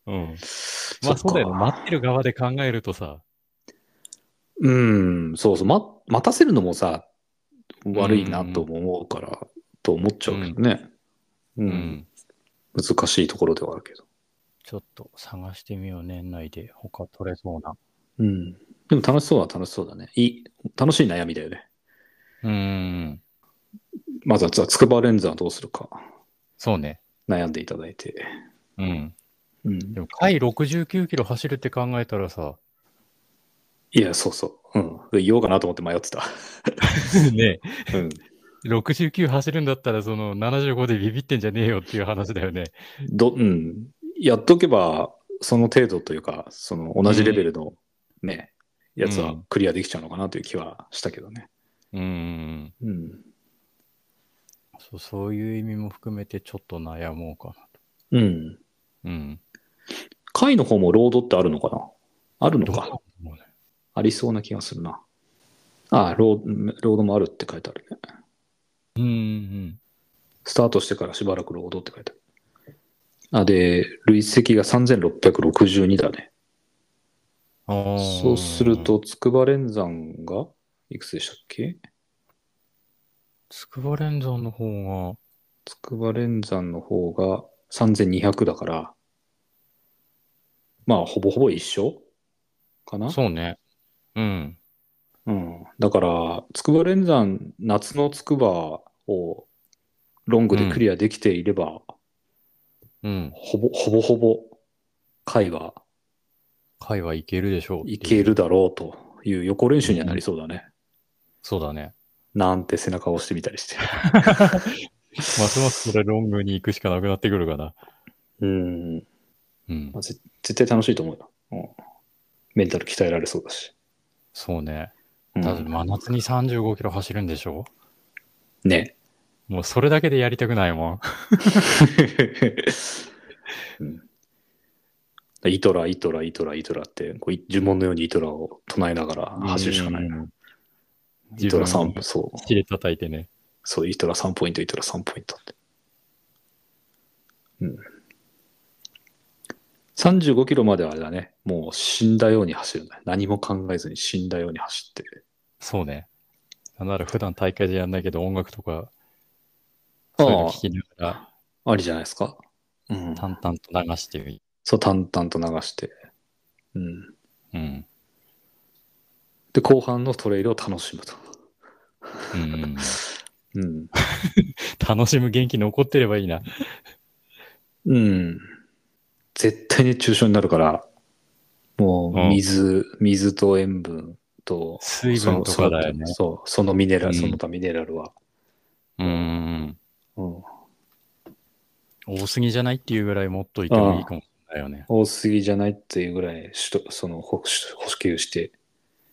うん。まあそそっうかだよね。待ってる側で考えるとさ、うん、そうそう、ま、待たせるのもさ、悪いなとも思うから、と思っちゃうけどね。うん、うん難しいところではあるけど。ちょっと探してみよう、年内で他取れそうな。うん。でも楽しそうは楽しそうだね。いい、楽しい悩みだよね。うん。まずは、つくばレンズはどうするかそうね。悩んでいただいて。うん。うんで。も、回69キロ走るって考えたらさ、いや、そうそうん。言おうかなと思って迷ってた。 ねうん。 69走るんだったら、その75でビビってんじゃねえよっていう話だよね。ど、うん。やっとけば、その程度というか、その同じレベルのね、やつはクリアできちゃうのかなという気はしたけどね。うん。うん。そうそういう意味も含めて、ちょっと悩もうかうん。な。うん。回の方もロードってあるのかなあるのどうか。だろうねありそうな気がするな。ああロー、ロードもあるって書いてあるね。うんうん。スタートしてからしばらくロードって書いてある。あ、で、累積が3662だね。あーそうする、と、筑波連山がいくつでしたっけ筑波連山の方が、筑波連山の方が3200だから、まあ、ほぼほぼ一緒かなそうね。うん。うん。だから、筑波連山、夏の筑波をロングでクリアできていれば、うん。ほぼ、ほぼほぼ、回は会はいけるでしょうってういける。だろうという予行練習にはなりそうだね。そうだね。なんて背中を押してみたりして。 ますますそれロングに行くしかなくなってくるかな。うん。うんまあ。ぜ絶対楽しいと思うよ。うんメンタル鍛えられそうだし。そうね。うんだって真夏に35キロ走るんでしょね。もうそれだけでやりたくないもん。うんイトラ、イトラ、イトラ、イトラって、こうい呪文のようにイトラを唱えながら走るしかない。うんイトラ自分3、そう、口で叩いてね。そう、イトラ3ポイント、イトラ3ポイントって。うん。35キロまではあれだね。もう死んだように走るんだ。何も考えずに死んだように走って。そうね。なんなら普段大会でやんないけど音楽とか、そういうあの聞きながらあ、ありじゃないですか。うん。淡々と流してみる。そう、淡々と流して。うん。うん。で、後半のトレイルを楽しむと。うんうん、うん。楽しむ元気残ってればいいな。うん。絶対熱中症になるから、もうう、ん水、水と塩分と、水分とかだよね。そのそう、そのミネラうんル、その他ミネラルは。うんうんうん。うん。多すぎじゃないっていうぐらいもっといてもいいかもしれないよね。多すぎじゃないっていうぐらい、しとその、補補給して、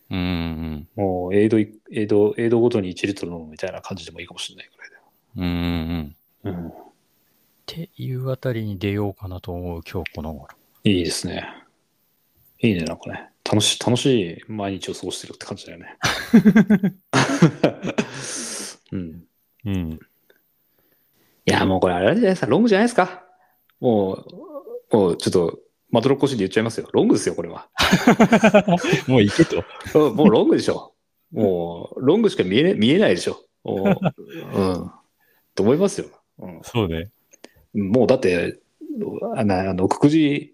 うんうんもう、エイドい、エイド、エイドごとに1リットル飲むみたいな感じでもいいかもしれないぐらいうん。うんうんうん。だっよ。ていうあたりに出ようかなと思う今日この頃。うん。いいですね。いいね、なんかね。楽しい、楽しい毎日を過ごしてるって感じだよ ね。うん。うん。いや、もうこれあれじゃないですか。ロングじゃないですか。もう、もうちょっと、まどろっこしいんで言っちゃいますよ。ロングですよ、これは。 もう行けと。うんもうロングでしょ。もう、ロングしか見え,、ね、見えないでしょ。もううん。と思いますよ。うそうね。ん、もうだって、あの、あのくくじ、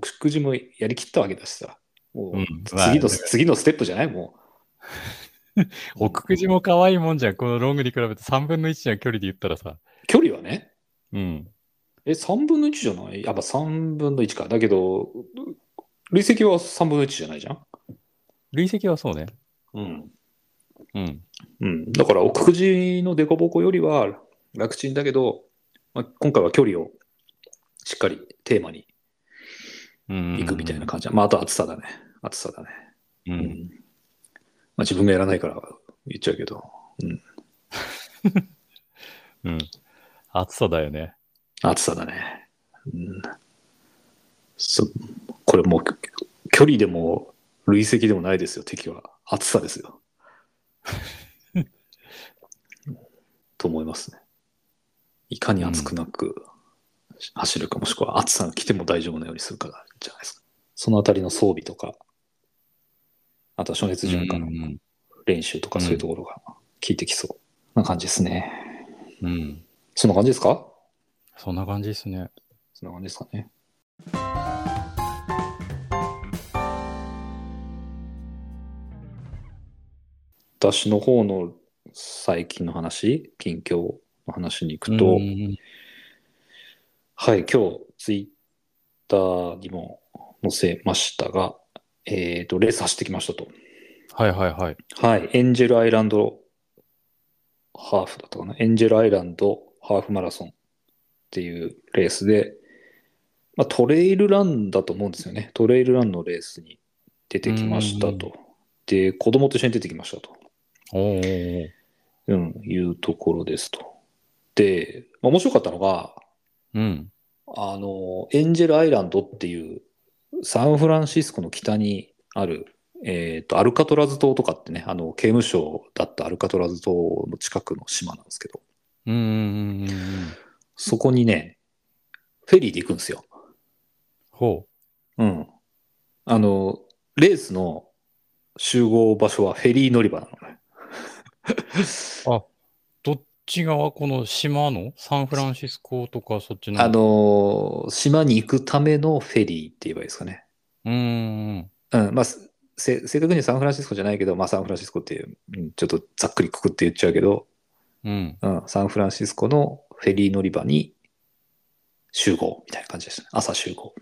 くくじもやりきったわけだしさ。もう、うん次まあの、次のステップじゃないも う。奥くじも可愛いもんじゃん。このロングに比べて3分の1の距離で言ったらさ。距離はね。うん。え、3分の1じゃないやっぱ3分の1か。だけど、累積は3分の1じゃないじゃん。累積はそうね。うん。うん。うん、だから奥久慈の凸凹よりは楽ちんだけど、まあ、今回は距離をしっかりテーマにうんいくみたいな感じだ、まあ、あとは暑さだね暑さだね、じ。ううんん。まあ、自分がやらないから言っちゃうけどうん。暑さだよね。暑さだね、うん、そこれもう距離でも累積でもないですよ敵は暑さです よと思いますねいかに暑くなく走るか、もしくは暑さが来ても大丈夫なようにするかじゃないですかそのあたりの装備とかあとは暑熱順化のうん練習とかそういうところが効いてきそうな感じですね、うん。うん。そんな感じですかそんな感じですね。そんな感じですかね私の方の最近の話、近況の話に行くと、うんはい、今日ツイッターにも載せましたが、えっ、と、レース走ってきましたと。はいはいはい。はい、エンジェルアイランドハーフだったかな。エンジェルアイランドハーフマラソンっていうレースで、まあ、トレイルランだと思うんですよね。トレイルランのレースに出てきましたと。で、子供と一緒に出てきましたと。おーおーおーうん、いうところですと。で、まあ面白かったのが、うん。あの、エンジェルアイランドっていう、サンフランシスコの北にある、えっ、と、アルカトラズ島とかってね、あの、刑務所だったアルカトラズ島の近くの島なんですけど、うんうんうんうんうん。そこにね、フェリーで行くんですよ。ほうん。あの、レースの集合場所はフェリー乗り場なのね。う。あ、どっち側この島のサンフランシスコとかそっちの。あ、の、島に行くためのフェリーって言えばいいですかね。うんうんうん、まあ、せ正確にはサンフランシスコじゃないけど、まあ、サンフランシスコっていう、うんちょっとざっくりくくって言っちゃうけど、うん。うん。うん、サンフランシスコのフェリー乗り場に集合みたいな感じでしたね。朝集合。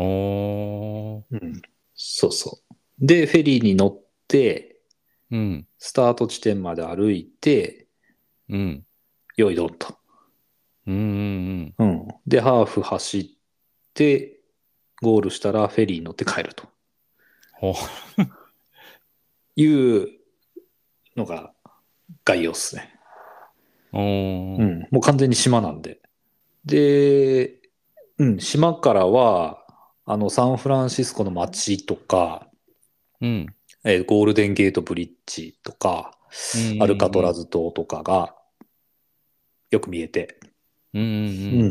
おー。うん。そうそう。で、フェリーに乗って、うん。スタート地点まで歩いて、うん。よいどんと。うんううんん。で、ハーフ走って、ゴールしたらフェリーに乗って帰るとほう。いうのが概要ですね。うん。おうー。ん、もう完全に島なんで。で、うん、島からは、あの、サンフランシスコの街とか、うん。えーゴールデンゲートブリッジとか、アルカトラズ。ズ島とかが、よく見えて、うんううん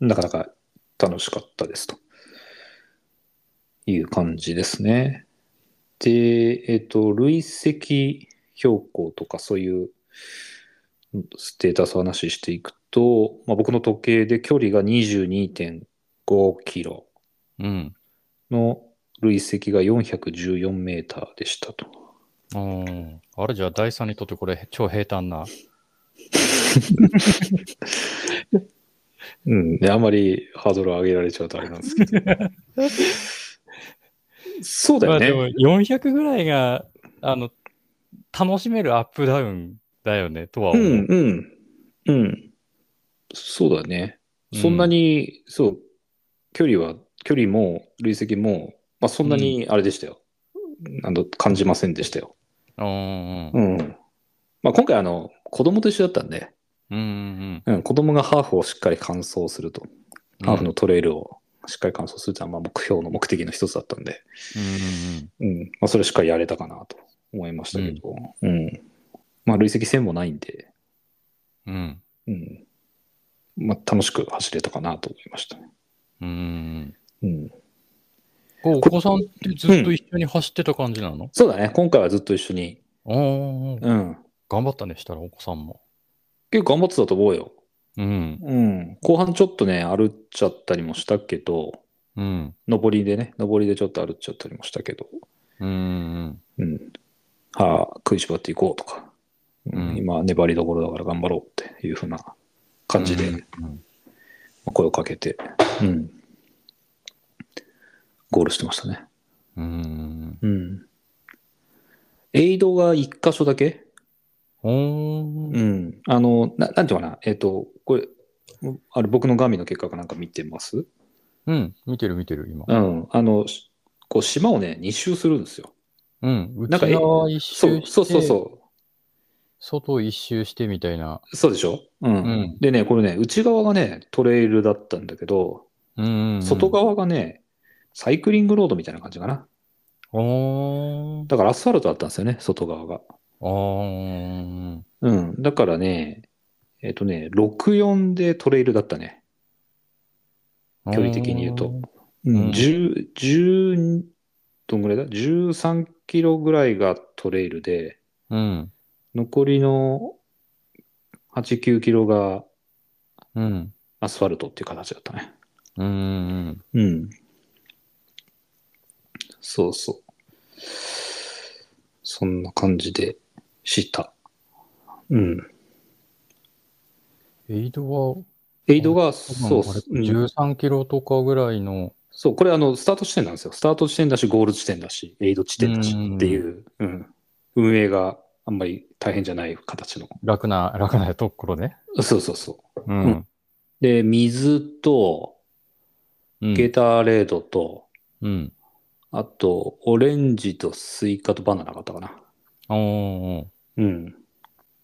うん。ん、なかなか楽しかったです、という感じですね。で、えっ、と、累積標高とかそういううんステータスを話していくと、まあ、僕の時計で距離が22.5キロうん。の累積が414メーターでしたと。おーあれじゃあ、第三にとってこれ、超平坦な。うん、で、あまりハードルを上げられちゃうとあれなんですけ ど。そうだまよあね。でも、400ぐらいが、あの、楽しめるアップダウンだよね、とはう思う。んうん。うん。そうだね。うんそんなに、そう、距離は、距離も累積も、まあそんなにあれでしたよ。あの感じませんでしたよ。うんううんん。まあ今回あの、子供と一緒だったんで、うんうんうん、子供がハーフをしっかり完走すると、うん。ハーフのトレイルをしっかり完走するってのはまあ目標の目的の一つだったんで、うんうん。まあそれしっかりやれたかなと思いましたけど、うん。まあ累積1000もないんで、うんうん。ううんん。まあ、楽しく走れたかなと思いましたね。うんううん。ん。こうお子さんってずっと一緒に走ってた感じなのそうだね。今回はずっと一緒に。おーうん。頑張ったね、したらお子さんも。結構頑張ってたと思うよ。うん。うん。後半ちょっとね、歩っちゃったりもしたけど、うん。上りでね、上りでちょっと歩っちゃったりもしたけど、うんうんうん。はあ、食いしばっていこうとか、うんうん今、粘りどころだから頑張ろうっていうふうな感じで、うんまあ声をかけて、うん。ゴールしてましたね。うん。うん。うん。エイドが一箇所だけおーうん。あの、ななんていうのかな、えっ、と、これ、あれ、僕のガミの結果かなんか見てますうん。見てる見てる、今。うん。あの、しこう、島をね、2周するんですよ。うん。なんか内側一周そう、そうそうう。そ外一周してみたいな。う。そうでしょうん。うんでね、これね、内側がね、トレイルだったんだけど、うんうんうん。外側がね、サイクリングロードみたいな感じかな。おーだからアスファルトだったんですよね、外側が。あーうん。だからね、えっ、とね、64でトレイルだったね。距離的に言うと。ん10、10どんぐらいだ ?13 キロぐらいがトレイルで、うん。残りの8、9キロがうん。アスファルトっていう形だったね。うんうんうん。そうそう。そんな感じでした。うん。うん。エイドは、エイドが、そそううっす、うん13キロとかぐらいのそう、これあの、スタート地点なんですよ。スタート地点だし、ゴール地点だし、エイド地点だしっていう、うん、運営があんまり大変じゃない形の。楽な、 楽なところね。そうそうそう。う。うんで、水と、うんゲターレードと、うん。あと、オレンジとスイカとバナナがあったかな。おーおーうん。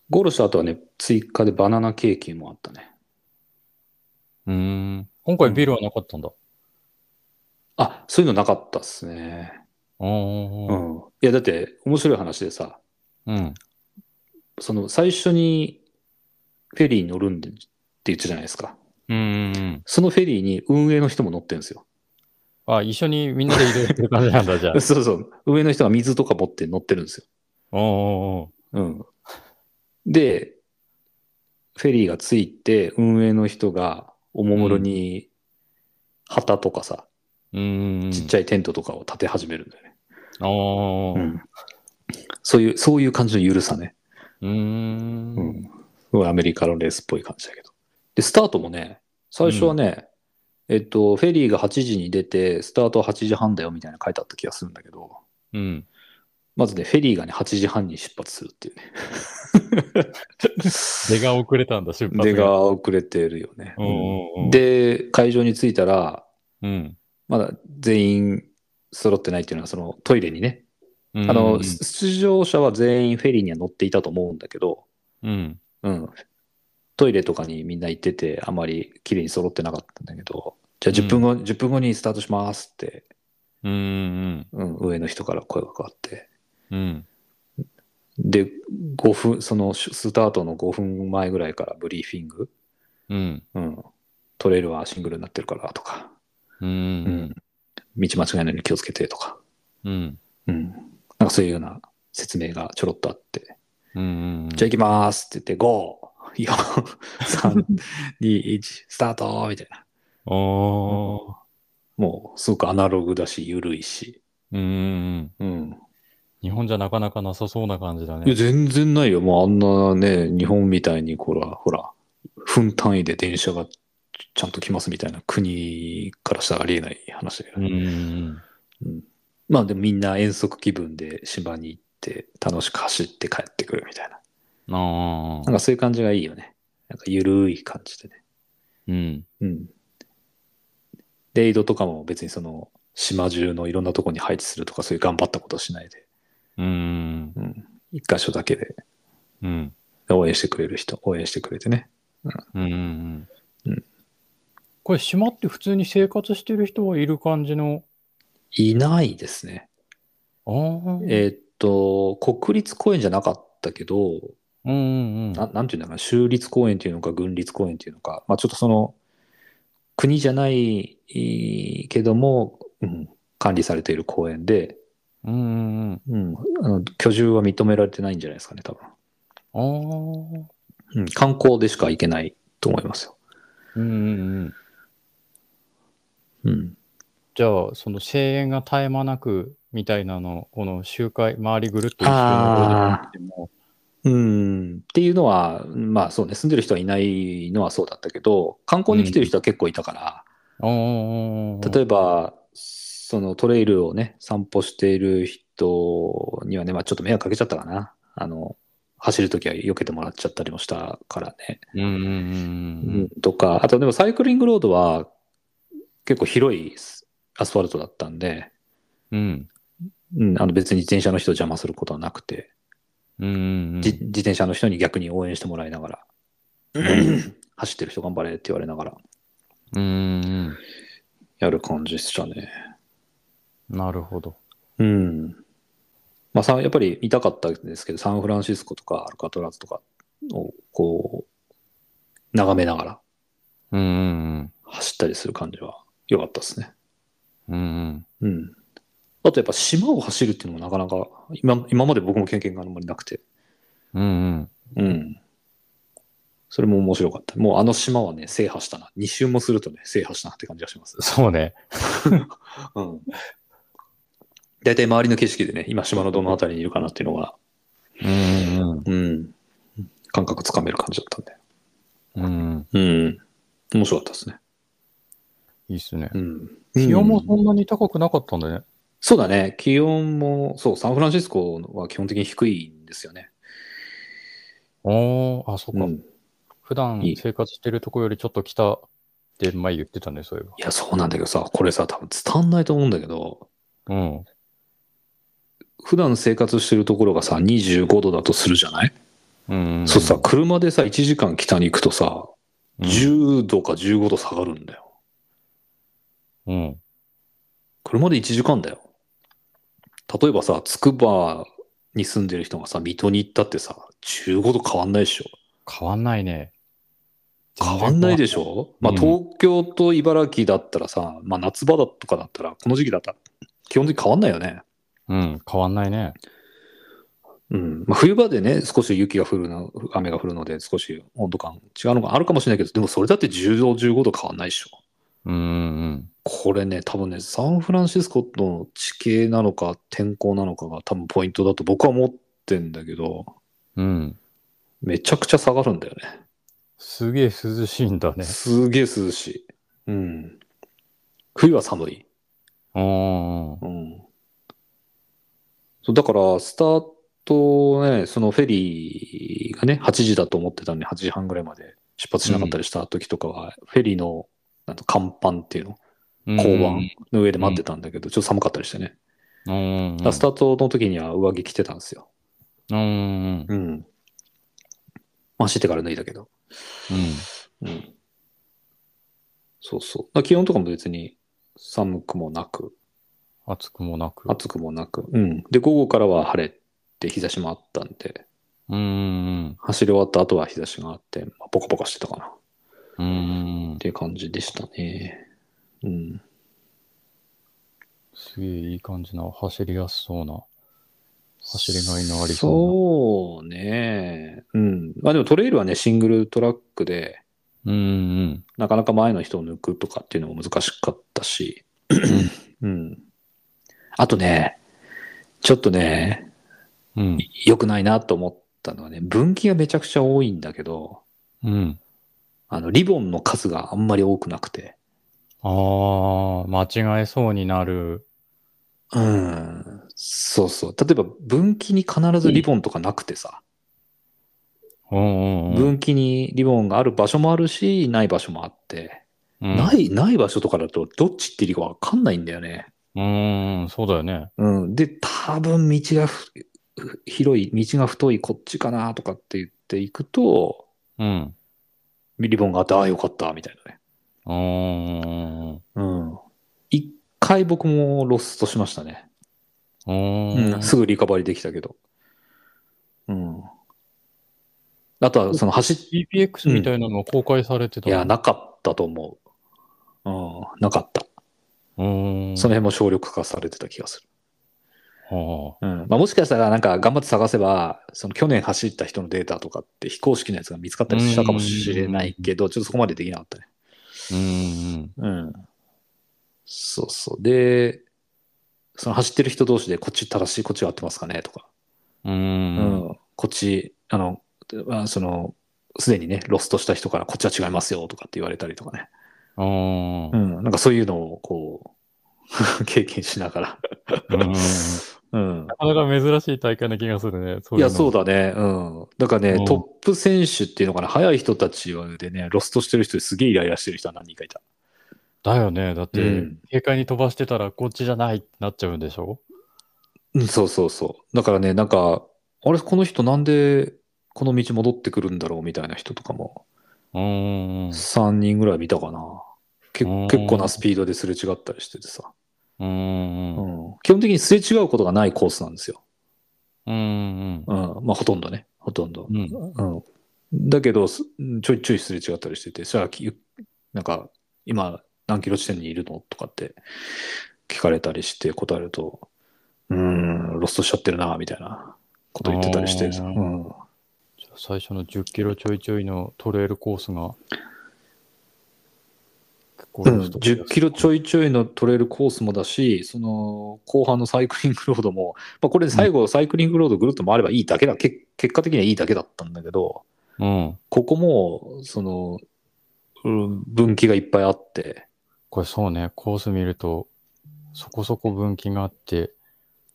ゴールした後はね、追加でバナナケーキもあったね。うーん。今回ビールはなかったんだ。あ、そういうのなかったっすね。おーおうーおーん。いや、だって、面白い話でさ、うん。その、最初に、フェリーに乗るんでって言ったじゃないですか。うんうんうん。そのフェリーに運営の人も乗ってるんですよ。。あ、一緒にみんなで移動してる感じなんだ、じゃ あそうそう。運営の人が水とか持って乗ってるんですよ。おーおーおうーん。で、フェリーが着いて、運営の人がおもむろに旗とかさ、うんうん。ちっちゃいテントとかを立て始めるんだよね。ゃい。おーおーおーそういう、そういう感じの緩さね。うーん。うん。すごいアメリカのレースっぽい感じだけど。で、スタートもね、最初はね、えっと、フェリーが8時に出て、スタートは8時半だよみたいなの書いてあった気がするんだけど、うん。まずね、フェリーがね、8時半に出発するっていうね。 出が遅れたんだ、出発出。が遅れてるよね。おーおーおー、で、会場に着いたら、うん。まだ全員揃ってないっていうのは、そのトイレにね、うんあの、出場者は全員フェリーには乗っていたと思うんだけど、うん。うん、トイレとかにみんな行ってて、あまり綺麗に揃ってなかったんだけど、じゃあうん10分後、10分後にスタートしますって、うんうんうん、上の人から声がかかって、うん。うん。で、5分、そのスタートの5分前ぐらいからブリーフィング、うん。うん、トレイルはシングルになってるからとか、ううんん、道間違えないように気をつけてとか、うん。うん、なんかそういうような説明がちょろっとあって、うん。じゃあ行きますって言って、5、4、3、2、1、スタートみたいな。あ。おもう、すごくアナログだし、緩いし。ーうんうんうん。うん。日本じゃなかなかなさそうな感じだいや、ね。全然ないよ。もうあんなね、日本みたいに、ほら、ほら、分単位で電車がちゃんと来ますみたいな国からしたらありえない話だけどうんね、うんまあでもみんな遠足気分で島に行って、楽しく走って帰ってくるみたいな。うん。あなんあ。かそういう感じがいいよね。なんか緩い感じでね。うん。うん。レイドとかも別にその島中のいろんなとこに配置するとかそういう頑張ったことをしないで、うん。うん、一箇所だけでうん。応援してくれる人、応援してくれてね。うんうんううんん。これ、島って普通に生活してる人はいる感じの。いないですね。ああ。えーっと、国立公園じゃなかったけど、うんうんうん。ななんていうんだろうな、州立公園っていうのか、郡立公園っていうのか、まあちょっとその、国じゃないいいけども、うん、管理されている公園で、うんうんうん。うん、あの居住は認められてないんじゃないですかね、多分。ああ。うん、観光でしか行けないと思いますよ。うんうんうん。うん。じゃあ、その声援が絶え間なくみたいなの、この周回、周りぐるっと一周あーでも、うん、っていうのは、まあそうね、住んでる人はいないのはそうだったけど、観光に来てる人は結構いたから、おーおーおー例えば、そのトレイルをね、散歩している人にはね、まあちょっと迷惑かけちゃったかな。あの、走るときは避けてもらっちゃったりもしたからね。うんうんうんとか、あとでもサイクリングロードは結構広いアスファルトだったんで、うん。うん。うん、あの別に自転車の人を邪魔することはなくて、うんうんうん。じ自転車の人に逆に応援してもらいなが ら、走ってる人頑張れって言われながらうんうんやる感じでしたね。うん。なるほど。うん。まあ、さやっぱり見たかったですけど、サンフランシスコとかアルカトラズとかをこう、眺めながらうんうん走ったりする感じは良かったですね。うん。ううんん。あとやっぱ島を走るっていうのもなかなか、今今まで僕も経験があんまりなくて、うん。うんうん。それも面白かった。もうあの島はね、制覇したな。2周もするとね、制覇したなって感じがします。そうね。うん。大体周りの景色でね、今島のどの辺りにいるかなっていうのが、うんうんうん、感覚つかめる感じだったんで。うん。うん。うん。面白かったですね。いいっすねう。ん。気温もそんなに高くなかったんだね。そうだね。気温も、そう、サンフランシスコは基本的に低いんですよね。おー、あ、そっか。うん普段いい生活してるとこよりちょっと北って前言ってたね、そういいや、そうなんだけどさ、これさ、多分伝わんないと思うんだけど、えば。うん。普段生活してるところがさ、25度だとするじゃない、うん。そうさ、車でさ、1時間北に行くとさ、うん、 10度か15度下がるんだよ。うん。車で1時間だよ。例えばさ、つくばに住んでる人がさ、水戸に行ったってさ、15度変わんないでしょ。変わんないね。変わんないでししょ、まあ、うん東京と茨城だったらさ、まあ、夏場だとかだったら、この時期だったら、基本的に変わんないよね。ょ。うん、変わんないね。うん。まあ、冬場でね、少し雪が降るの、雨が降るので、少し温度感違うのがあるかもしれないけど、でもそれだって10度、15度変わんないでしょうんうんこれね、多分ね、サンフランシスコの地形なのか、天候なのかが多分ポイントだと僕は思ってんだけど、うん。うん。めちゃくちゃ下がるんだよね。すげえ涼しいんだね。すげえ涼しい。うん。冬は寒い。うん。うん。そうだから、スタートね、そのフェリーがね、8時だと思ってたのに、8時半ぐらいまで出発しなかったりした時とかは、フェリーの、なんと、甲板っていうの、交甲板の上で待ってたんだけど、ちょっと寒かったりしてね。うん。だからスタートの時には上着着てたんですよ。うんうん。うん。走ってから脱いだけど。うん。うん。そうそう。だから気温とかも別に寒くもなく、暑くもなく。暑くもなく。うん。で、午後からは晴れて日差しもあったんで、うんうん走り終わった後は日差しがあって、まあ、ポカポカしてたかなっうん。うんうん。ていう感じでしたね。うん。すげえいい感じな、走りやすそうな。走りがいのありそそうね。うん。まあでもトレイルはね、シングルトラックで、うな。うんなかなか前の人を抜くとかっていうのも難しかったし。うん。あとね、ちょっとね、うん。うん。良くないなと思ったのはね、分岐がめちゃくちゃ多いんだけど、うん。あの、リボンの数があんまり多くなくて。ああ、間違えそうになる。うん。そうそう。例えば、分岐に必ずリボンとかなくてさ、うんうんうん。分岐にリボンがある場所もあるし、ない場所もあって、うんない、ない場所とかだと、どっちっていうかわかんないんだよね。うんうん、そうだよね。うん。で、多分道がふふ広い、道が太い、こっちかなとかって言っていくと、うん。リボンがあって、ああ、よかった、みたいなね。うんうんうん。一回僕もロストしましたね。うん。う。うんん。すぐリカバリーできたけど。うん。あとは、その走っ、 GPX みたいなの公開されてた。いや、なかったと思う。うん、なかった。うん。その辺も省力化されてた気がすはる。うん。まあ、もしかしたら、なんか、頑張って探せば、その去年走った人のデータとかって非公式のやつが見つかったりしたかもしれないけど、ちょっとそこまでできなかったね。あうんうん。そうそう。で、その走ってる人同士で、こっち正しい、こっちは合ってますかねとか。うん。ううんうん。こっち、あの、まあその、すでにね、ロストした人から、こっちは違いますよとかって言われたりとかね。うん。うんうん。なんかそういうのを、こう、 経験しながら。うんうん。なかなか珍しい大会な気がするね。いや、そうだ。だね。うん。だからうんね、トップ選手っていうのかな、速い人たちはでね、ロストしてる人ですげえイライラしてる人は何人かいた。だよね。だっうてん、警戒に飛ばしてたらこっちじゃないってなっちゃうんでしょうん、そうそうそう。だからね、なんか、あれ、この人なんでこの道戻ってくるんだろうみたいな人とかも、うんうん3人ぐらい見たかな。けうん結構なスピードですれ違ったりしててさ。うん。うんううんん。基本的にすれ違うことがないコースなんですよ。うんうん。まあ、ほとんどね。ほとんどう。ん。うん。だけど、すちょいちょいすれ違ったりしてて、じゃあ、きなんか、今、何キロ地点にいるのとかって聞かれたりして答えると、うーん、ロストしちゃってるな、みたいなこと言ってたりして、あうーん。じゃあ最初の10キロちょいちょいのトレイルコースが、結構うん、10キロちい。ょいちょいのトレイルコースもだし、その後半のサイクリングロードも、まあ、これ最後、サイクリングロードぐるっと回ればいいだけだ、け結果的にはいいだけだったんだけど、うん。ここも、その、うん分岐がいっぱいあって、これそうね、コース見ると、そこそこ分岐があって、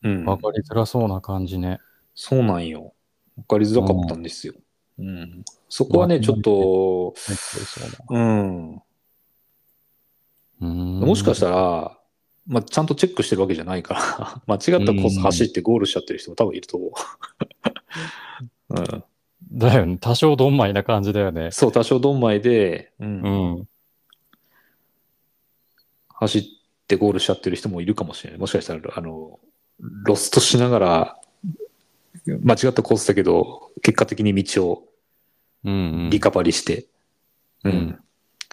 うん。わかりづらそうな感じね。そうなんよ。わかりづらかったんですよ。うん。そこはね、まあちょっと、めっちゃそうだうん。うーんもしかしたら、まあ、ちゃんとチェックしてるわけじゃないから、 間違ったコース走ってゴールしちゃってる人も多分いると思う。うん、だよね。多少どんまいな感じだよね。そう、多少ドンマイで、うんうん。走ってゴールしちゃってる人もいるかもしれない。もしかしたら、あの、ロストしながら、間違ったコースだけど、結果的に道をうん、うんリカバリして、うん、うん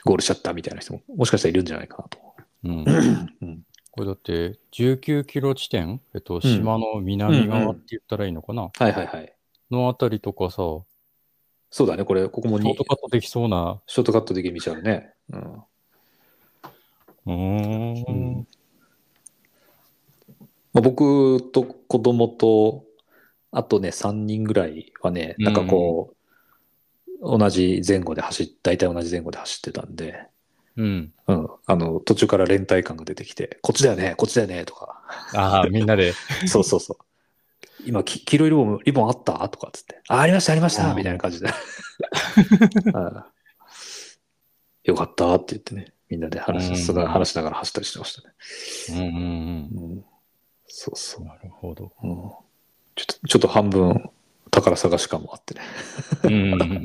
ゴールしちゃったみたいな人も、もしかしたらいるんじゃないかなと。うんうんこれだって、19キロ地点、えっと、島の南側って言ったらいいのかな、はいはいはい。のあたりとかさ、ショそうだね、これ、ここもーにトカットできそうな。ショートカットできる道あるね。うん。うーん。まあ、僕と子供と、あとね、3人ぐらいはね、なんかこう、同じ前後で走っ、大体同じ前後で走ってたんで、うん。うん、あの途中から連帯感が出てきて、こっちだよね、こっちだよねとか、ああ、みんなで。そうそうそう。今、き黄色いリボンリボンあったとかっつって、あ、ありました、ありましうたんみたいな感じで。うんよかったって言ってね、みんなで話し,、うん話しながら走ったりしてましたね。 うんうんうん。うん、そうそう、なるほど。うんちょっと。ちょっと半分宝探し感もあってね。うんうんうん。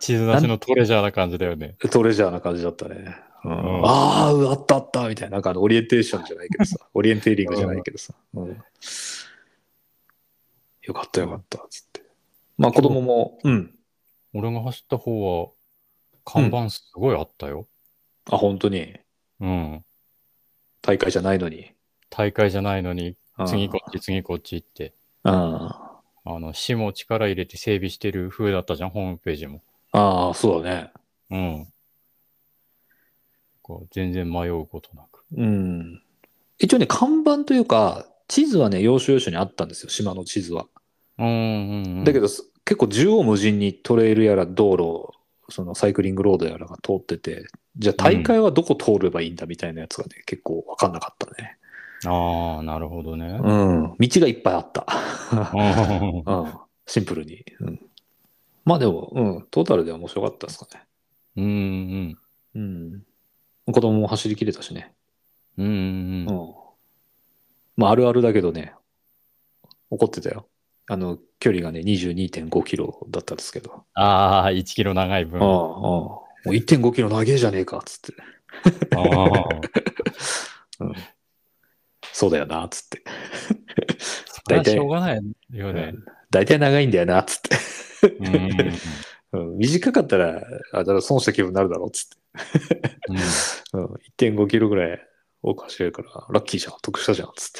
地図出しのトレジャーな感じだよね。トレジャーな感じだったね。うんうんああ、うわあったあったみたいな、なんかあのオリエンテーションじゃないけどさ、オリエンテーリングじゃないけどさ。うんよかったよかった、つって。まあ子供も、うん。俺が走った方は、看板すごいあったよ。あ、本当に、うん。大会じゃないのに。大会じゃないのに、うん次こっち、次こっちって。ああの、市も力入れて整備してる風だったじゃん、ホームページも。あー、そうだね。うん。こう全然迷うことなく。うん。一応ね、看板というか、地図はね、要所要所にあったんですよ、島の地図は。うんうん、うん。だけど、す結構縦横無尽にトレイルやら道路、そのサイクリングロードやらが通ってて、じゃあ大会はどこ通ればいいんだみたいなやつがね、結構分かんなかったね。ああ、なるほどね。うん。道がいっぱいあった。うんうん。シンプルに。うん。まあでも、うん。トータルでは面白かったですかね。うんうん。うん。子供も走り切れたしね。うんううんうん。ん。まああるあるだけどね、怒ってたよ。あの、距離がね、22.5キロだったんですけど。ああ、1キロ長い分。ああ、あああもう1.5キロ長えじゃねえか、つって。あ、そうだよな、つって。それ大は体しょうがないよね。大体長いんだよな、つって。うんうんうんうん短かったら、あ、だから損した気分になるだろ、つって。うんうん、1.5キロぐらい多く走れるから、ラッキーじゃん、得したじゃん、つ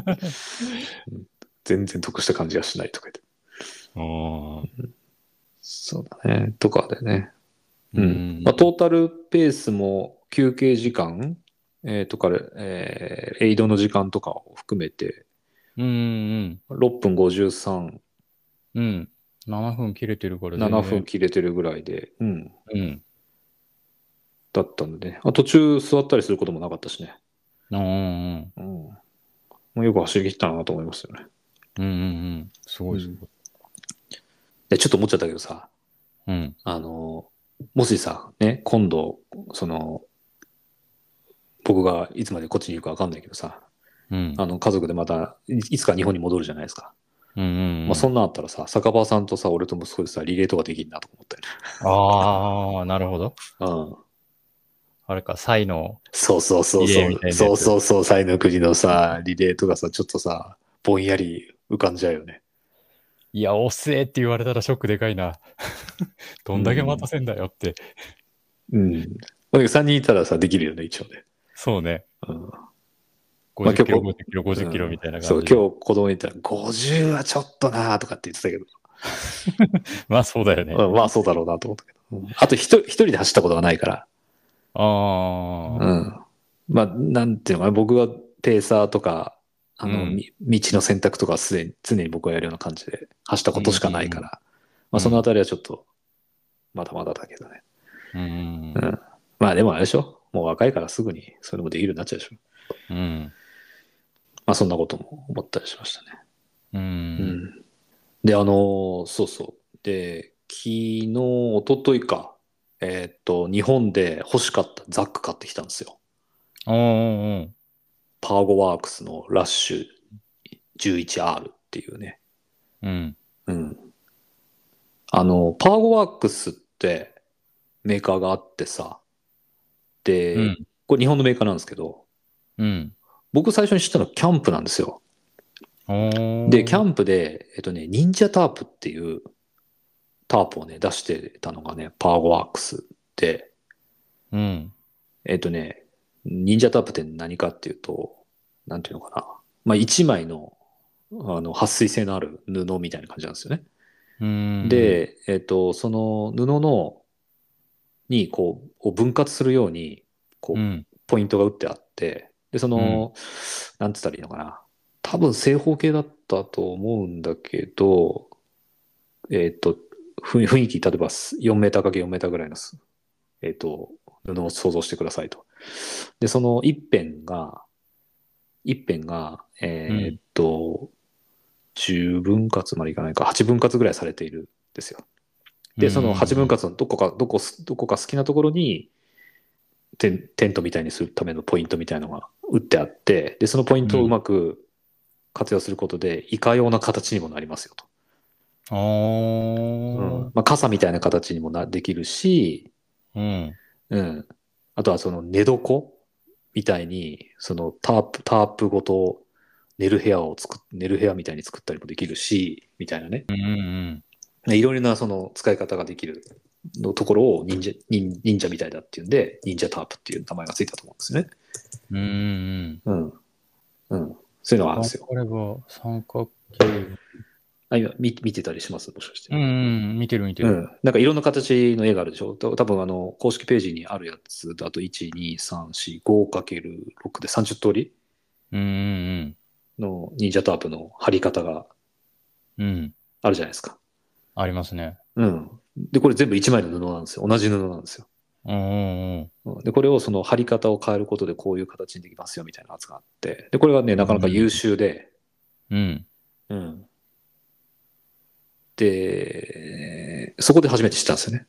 って。 うん全然得した感じがしないとか言って。うんそうだね、とかでね。ううんん。まあ、トータルペースも休憩時間、えーとか、えーエイドの時間とかを含めて、うんうん6分53、うん。うん。7分切れてるから全然7分。切れてるぐらいで、うん、うん。だったんでね。あ途中座ったりすることもなかったしね。うんうんうん。もうよく走り切ったなと思いますよね。うん。うんうんうん。すごいすごい。で、ちょっと思っちゃったけどさ、うん。あの、もしさ、ね、今度、その、僕がいつまでこっちに行くかわかんないけどさ、うん。あの、家族でまたい、いつか日本に戻るじゃないですか。うんうんうんまあ、そんなんあったらさ、酒場さんとさ、俺と息子でさ、リレーとかできんなと思っああ、なるほど。たよね。うん。あれか、サイの。そうそうそうリレそ。ーみたいうなやつそうそうそう、サイの国のさ、リレーとかさ、ちょっとさ、ぼんやり浮かんじゃうよね。いや、遅えって言われたらショックでかいな。 どんだけ待たせんだよって。うん。まあ、3人いたらさ、できるよね、一応ね。そうね。うん、まあ50キロ、結50キロ、50キロみたいなそ感う、じで。今日子供に言ったら、50はちょっとなーとかって言ってたけど、まあそうだよね。うんまあそうだろうなと思ったけど。うんあと一人、一人で走ったことがないから、あうあ。ん。まあ、なんていうのかな、僕はペーサーとか、あの、うんみ道の選択とかはすでに、常に僕はやるような感じで走ったことしかないから、まあそのあたりはちょっと、まだまだだけどね。うん。うんまあでもあれでしょもう若いからすぐにそれもできるようになっちゃうでしょ。うん。まあそんなことも思ったりしましたね。う。うんんで、あのーそうそう。で、昨日、一昨日か、えーっと、日本で欲しかったザック買ってきたんですよ。おーおーおーパーゴワークスのラッシュ 11R っていうね。うん。うん。あの、パーゴワークスってメーカーがあってさ、で、うんこれ日本のメーカーなんですけど、うん。僕最初に知ったのはキャンプなんですよ。おで、キャンンプで、えっとね、忍者タープっていうタープをね、出してたのがね、パーゴワークスで、うん。えっとね、忍者タープって何かっていうと、なんていうのかな。まあ、一枚の、あの、撥水性のある布みたいな感じなんですよね。うん。、で、えっ、と、その布の、に、こう、を分割するように、こうう、ん。ポイントが打ってあって、で、その、なんつったらいいのかな。多分正方形だったと思うんだけど、えっ、と、雰雰囲気、例えば4メーター ×4 メーターぐらいのす、えっ、と、布を想像してくださいと。で、その一辺が、一辺が、えっ、と、10分割までいかないか、8分割ぐらいされているんですよ。で、その8分割のどこか、どこす、どこか好きなところに、テンテントみたいにするためのポイントみたいなのが打ってあって、で、そのポイントをうまく活用することで、いかような形にもなりますよと。うん。おうんーまあ、傘みたいな形にもなできるし、うん。うん。あとはその寝床みたいに、そのタープ、タープごと寝る部屋を作っ、寝る部屋みたいに作ったりもできるし、みたいなね。うんうん。ねいろいろなその使い方ができるのところを忍者忍忍者みたいだっていうんで、忍者タープっていう名前がついたと思うんですよね。うんうん。うん。うん。そういうのがあるんですよ。これは三角形。あ今見見てたりしますもしかして。うんうん。見てる見てうる。ん。なんかいろんな形の絵があるでしょた多分あの、公式ページにあるやつだと、1、2、3、4、5×6 で30通りうんうんの忍者タープの貼り方がうん。うん。あるじゃないですか。ありますね。うん。で、これ全部1枚の布なんですよ。同じ布なんですよ。うんうんうん。うんで、これをその貼り方を変えることでこういう形にできますよみたいなやつがあって。で、これがね、なかなか優秀で。うん。うん。で、そこで初めて知ったんですよね。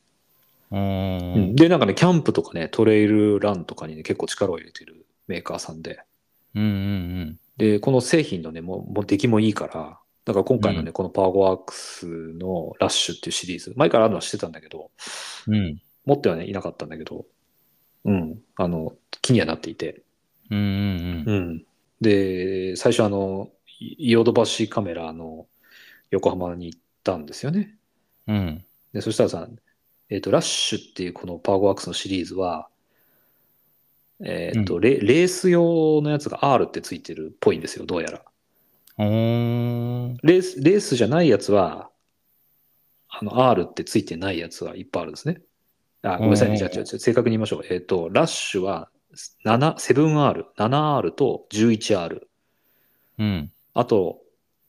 うんううんんで、なんかね、キャンプとかね、トレイルランとかにね、結構力を入れてるメーカーさんで。うんうんで、この製品のね、もうもう出来もいいから、だから今回のね、このパワーゴワークスのラッシュっていうシリーズ、前からあるのはしてたんだけど、うん。うん持ってはね、いなかったんだけど、うん、あの、気にはなっていて。うんうんうん。で、最初あの、いヨドバシカメラの横浜に行ったんですよね。うん。うん。で、そしたらさ、えっ、と、ラッシュっていうこのパワーゴワークスのシリーズは、えっ、と、レ、レース用のやつが R ってついてるっぽいんですよ、どうやら。おー。レース、レースじゃないやつは、あの、R ってついてないやつはいっぱいあるんですね。あ、ごめんなさいね。うんじゃあ、じゃあじゃあ正確に言いましょう。えっ、と、ラッシュは、7、7R、7R と 11R。うん。あと、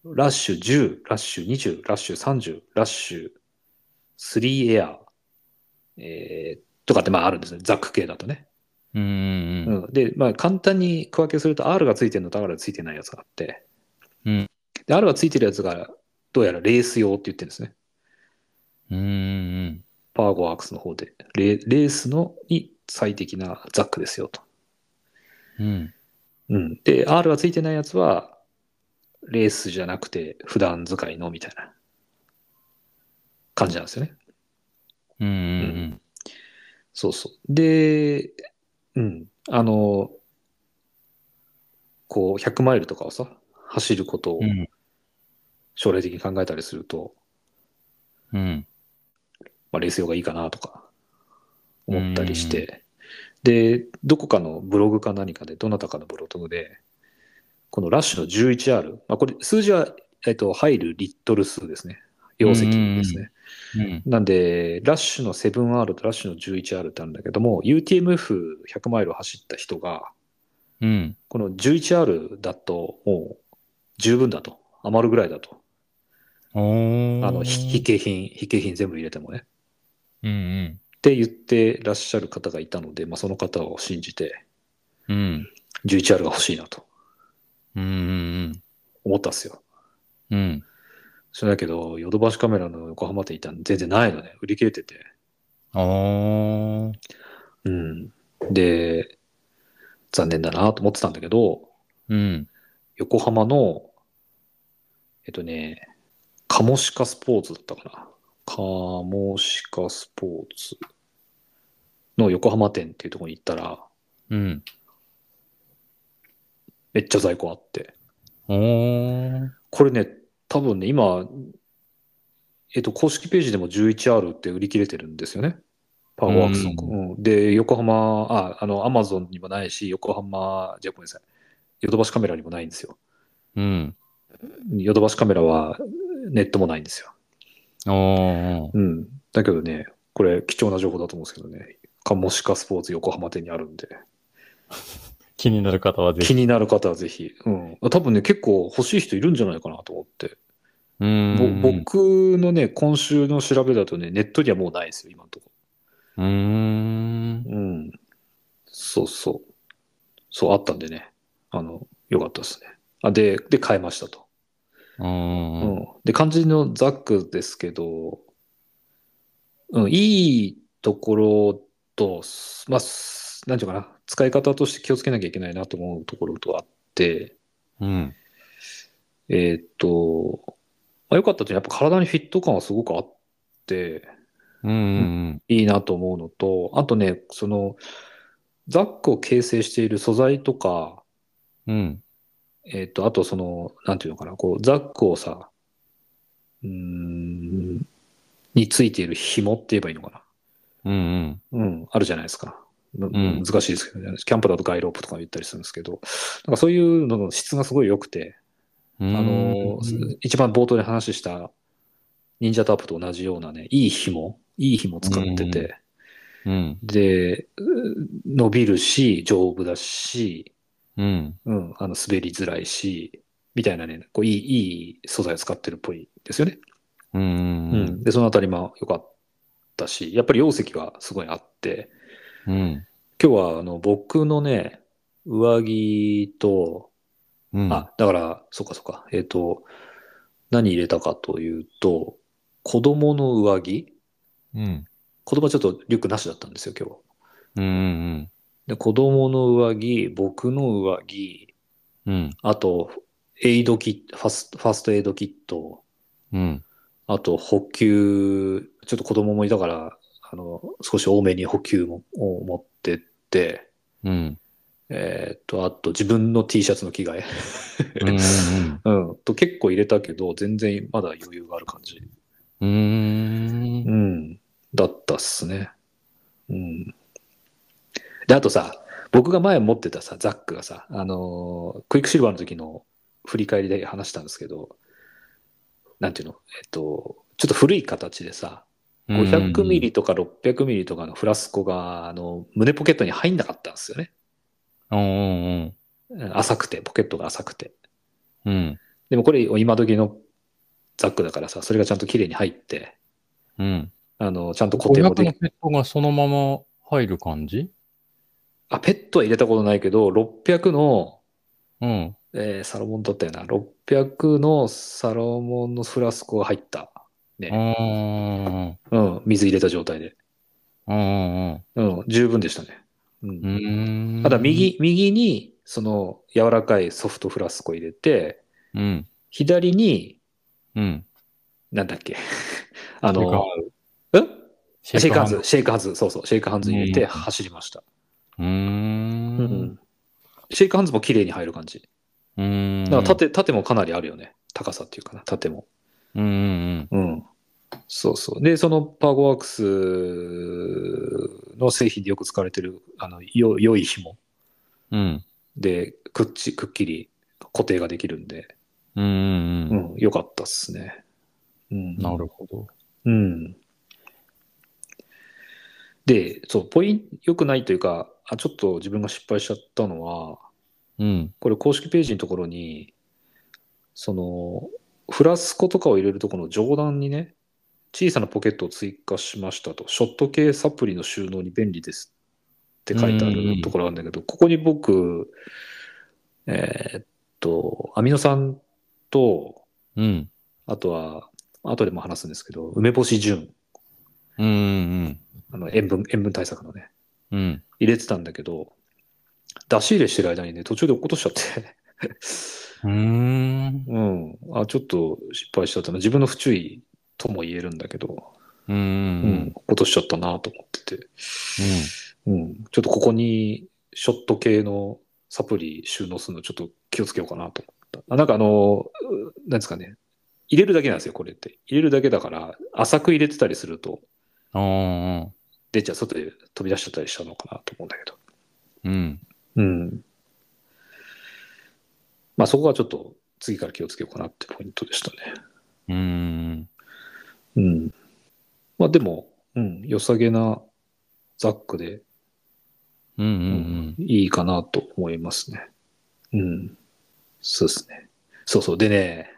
ラッシュ10、ラッシュ20、ラッシュ30、ラッシュ3エア、えーとかってまああるんですね。ザック系だとね。うんうんうん。うん、で、まあ簡単に区分けすると R がついてるのと R がついてないやつがあって。うんで、R がついてるやつがどうやらレース用って言ってるんですね。うんうんパーゴワークスの方で。レレースのに最適なザックですよと。うん。うん。うん、で、R がついてないやつは、レースじゃなくて普段使いのみたいな感じなんですよね。うんうんそうそう。で、うん、あの、こう、100マイルとかをさ、走ることをうん。うん。将来的に考えたりすると、うん。まあ、レース用がいいかなとか思ったりして、で、どこかのブログか何かで、どなたかのブログで、このラッシュの 11R、まあ、これ、数字は、えっと、入るリットル数ですね。容積ですうんうんね。うん。なんで、ラッシュの 7R とラッシュの 11R ってあるんだけども、UTMF100 マイルを走った人が、うん。この 11R だともう十分だと。余るぐらいだと。おー。あの、ひ非景品、非景品全部入れてもね。うんうん。って言ってらっしゃる方がいたので、まあ、その方を信じて、うん。 11R が欲しいなとうんうん思ったんですよ。うん。うん。それだけど、ヨドバシカメラの横浜店いたんで全然ないのね。売り切れてて。あー。うん。で、残念だなと思ってたんだけど、うん。横浜の、えっとね、カモシカスポーツだったかな。カモシカスポーツの横浜店っていうところに行ったら、うん。めっちゃ在庫あって。おー。これね、多分ね、今、えっと、公式ページでも 11R って売り切れてるんですよね。パワーワークスの。うんうんで、横浜、あ、あの、アマゾンにもないし、横浜、じゃあごめんなさい。ヨドバシカメラにもないんですよ。うん。ヨドバシカメラはネットもないんですよ。おー。うん。だけどね、これ貴重な情報だと思うんですけどね。カモシカスポーツ横浜店にあるんで。気になる方はぜ気ひ。になる方はぜひ。うん。多分ね、結構欲しい人いるんじゃないかなと思って。うぼん。僕のね、今週の調べだとね、ネットにはもうないですよ、今のとこうーん。ろ。うん。そうそう。そう、あったんでね。あの、よかったですね。あで、で、買いましたと。う。うんん。で、漢字のザックですけど、うん、いいところと、すまあ、すなんていうかな、使い方として気をつけなきゃいけないなと思うところとあって、うん。えーっと、まあ、よかったというのはやっぱ体にフィット感はすごくあって、うん。うん。いいなと思うのと、あとね、その、ザックを形成している素材とか、うん。えっ、と、あとその、なんていうのかな、こう、ザックをさ、うーん、についている紐って言えばいいのかうん。うん。な。うん、あるじゃないですか。むん難しいですけどね。キャンプだとガイロープとか言ったりするんですけど、なんかそういうのの質がすごい良くて、ああの、一番冒頭で話した、忍者タープと同じようなね、いい紐、いい紐使ってて、うんうん。で、う伸びるし、丈夫だし、うん。うん、あの、滑りづらいし、みたいなね、こう、いい、いい素材を使ってるっぽいですよね。うん。ううんん。で、そのあたりも良かったし、やっぱり容積がすごいあって、うん。今日は、あの、僕のね、上着と、うん。あ、だから、そっかそっか、えっ、と、何入れたかというと、子供の上着うん。子供はちょっとリュックなしだったんですよ、今日。うん。うん。で、子供の上着、僕の上着、うん。あと、エイドキット、ファスファーストエイドキット、うん。あと補給、ちょっと子供もいたから、あの、少し多めに補給もを持ってって、うん。えーっと、あと自分の T シャツの着替え、う ん。うん、と結構入れたけど、全然まだ余裕がある感じ。うう。んん、だったっすね。うん。で、あとさ、僕が前持ってたさ、ザックがさ、あのークイックシルバーの時の振り返りで話したんですけど、なんていうの、えっと、ちょっと古い形でさ、500ミ。リとか600ミリとかのフラスコが、あの、胸ポケットに入んなかったんですよね。うん。うん。うん浅くて、ポケットが浅くて。うん。でもこれ、今時のザックだからさ、それがちゃんと綺麗に入って、うん。あの、ちゃんと固定も500でのきペットがそのまま入る感じあ、ペットは入れたことないけど、600の、うん。えーサロモンだったよな。600のサロモンのフラスコが入った。うん。うん。水入れた状態で。うん。うん。十分でしたね。うん。うん。ただ、。右、右に、その、柔らかいソフトフラスコ入れて、うん。左に、うん。なんだっけ。 あシェイクハの、えシェイクハンンズ、シェイクハンズ、そうそう、シェイクハンズ入れうてん走りました。うん。うん。シェイクハンズも綺麗に入る感じ。うん。だから縦、縦もかなりあるよね。高さっていうかな、縦も。うん。ううん。ん。そうそう。で、そのパーゴワークスの製品でよく使われてる、あの、よ良い紐うん。で、くっち、くっきり固定ができるんで、うん。うん、良かったっすね。うん。なるほど。うん。で、そう、ポイント、良くないというか、あ、ちょっと自分が失敗しちゃったのは、うん。これ公式ページのところに、その、フラスコとかを入れるところの上段にね、小さなポケットを追加しましたと、ショット系サプリの収納に便利ですって書いてあうんうんるところなんだけど、ここに僕、えーっと、アミノ酸と、うん。あとは、後でも話すんですけど、梅干し純、うんうんあの塩分、塩分対策のね、うん。うん。入れてたんだけど、出し入れしてる間にね、途中で落っことしちゃって、うーん。うん、あ、ちょっと失敗しちゃったな。自分の不注意とも言えるんだけど、うん。ううんん、。落っことしちゃったなと思ってて、うん、ちょっとここにショット系のサプリ収納するのちょっと気をつけようかなと思った。あなんかあの、うなんですかね、入れるだけなんですよ、これって。入れるだけだから、浅く入れてたりすると、うん。出ちゃう、外で飛び出しちゃったりしたのかなと思うんだけど。うん。うん。まあそこはちょっと次から気をつけようかなってポイントでしたね。うん。うん。まあでも、うん、良さげなザックで、うん。うん。いいかなと思いますね。うん。そうですね。そうそう。でね、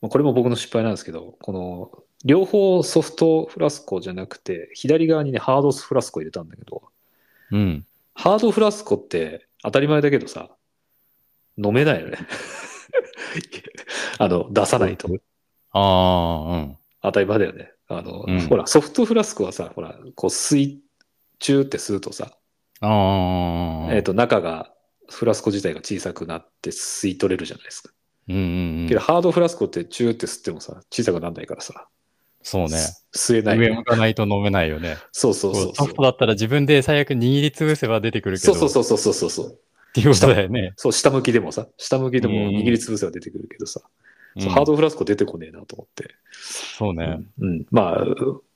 まあこれも僕の失敗なんですけど、この、両方ソフトフラスコじゃなくて、左側にね、ハードフラスコ入れたんだけど、うん。ハードフラスコって当たり前だけどさ、飲めないよね。 あの、出さないと。あ当たり前だよね。あの、うんほら、ソフトフラスコはさ、ほら、こう、水中って吸うとさ、あ、うん。ああ。えっ、と、中が、フラスコ自体が小さくなって吸い取れるじゃないですか。うんうんうけんど、。ハードフラスコってチューって吸ってもさ、小さくならないからさ、そうね。す吸えな上い。向かないと飲めないよね。そうそうこそううソそうフ。トだったら自分で最悪握りつぶせば出てくるけそど。うそうそうそうそうそう。っていうことだよね。そう、下向きでもさ、下向きでもうん握りつぶせは出てくるけどさ、そううんハードフラスコ出てこねえなと思って。そうね。うんうん、まあ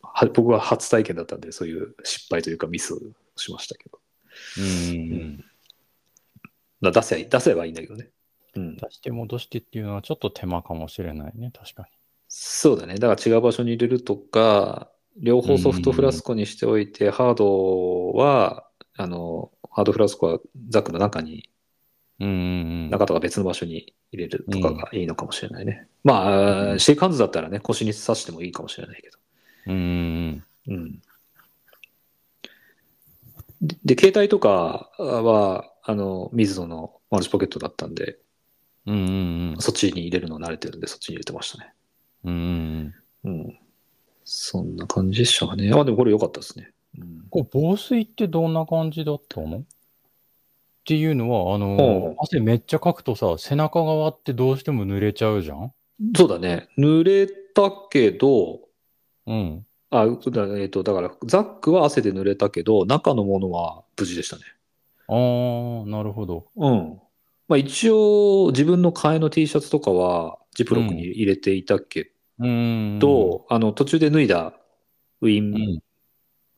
は僕は初体験だったんで、そういう失敗というかミスをしましたけど。うんうんう。うんだ出せ出せばいいんだけどね。うん、出して戻してっていうのはちょっと手間かもしれないね。確かそうだね。だから違う場所に入れるとか、両方ソフトフラスコにしておいて、ハードは、あの、ハードフラスコはザックの中に、に。うんうんうん。中とか別の場所に入れるとかがいいのかもしれないね。まあ、シェイクハンズだったらね、腰に刺してもいいかもしれないけど。うんうんうん。で、で携帯とかは、あの、ミズノのマルチポケットだったんで、うん。うんうんそっちに入れるの慣れてるんで、そっちに入れてましたね。うん。うんうん。うん。そんな感じでしたかね。あ、でもこれ良かったですね。うんこう、防水ってどんな感じだったのっていうのは、あうのん、汗めっちゃかくとさ、背中側ってどうしても濡れちゃうじゃんそうだね。濡れたけど、うん。あ、うだえっ、と、だから、ザックは汗で濡れたけど、中のものは無事でしたね。あー、なるほど。うん。まあ一応、自分の替えの T シャツとかは、ジプロックに入れていたけうんうんうん。ど、あの、途中で脱いだウィン、うん。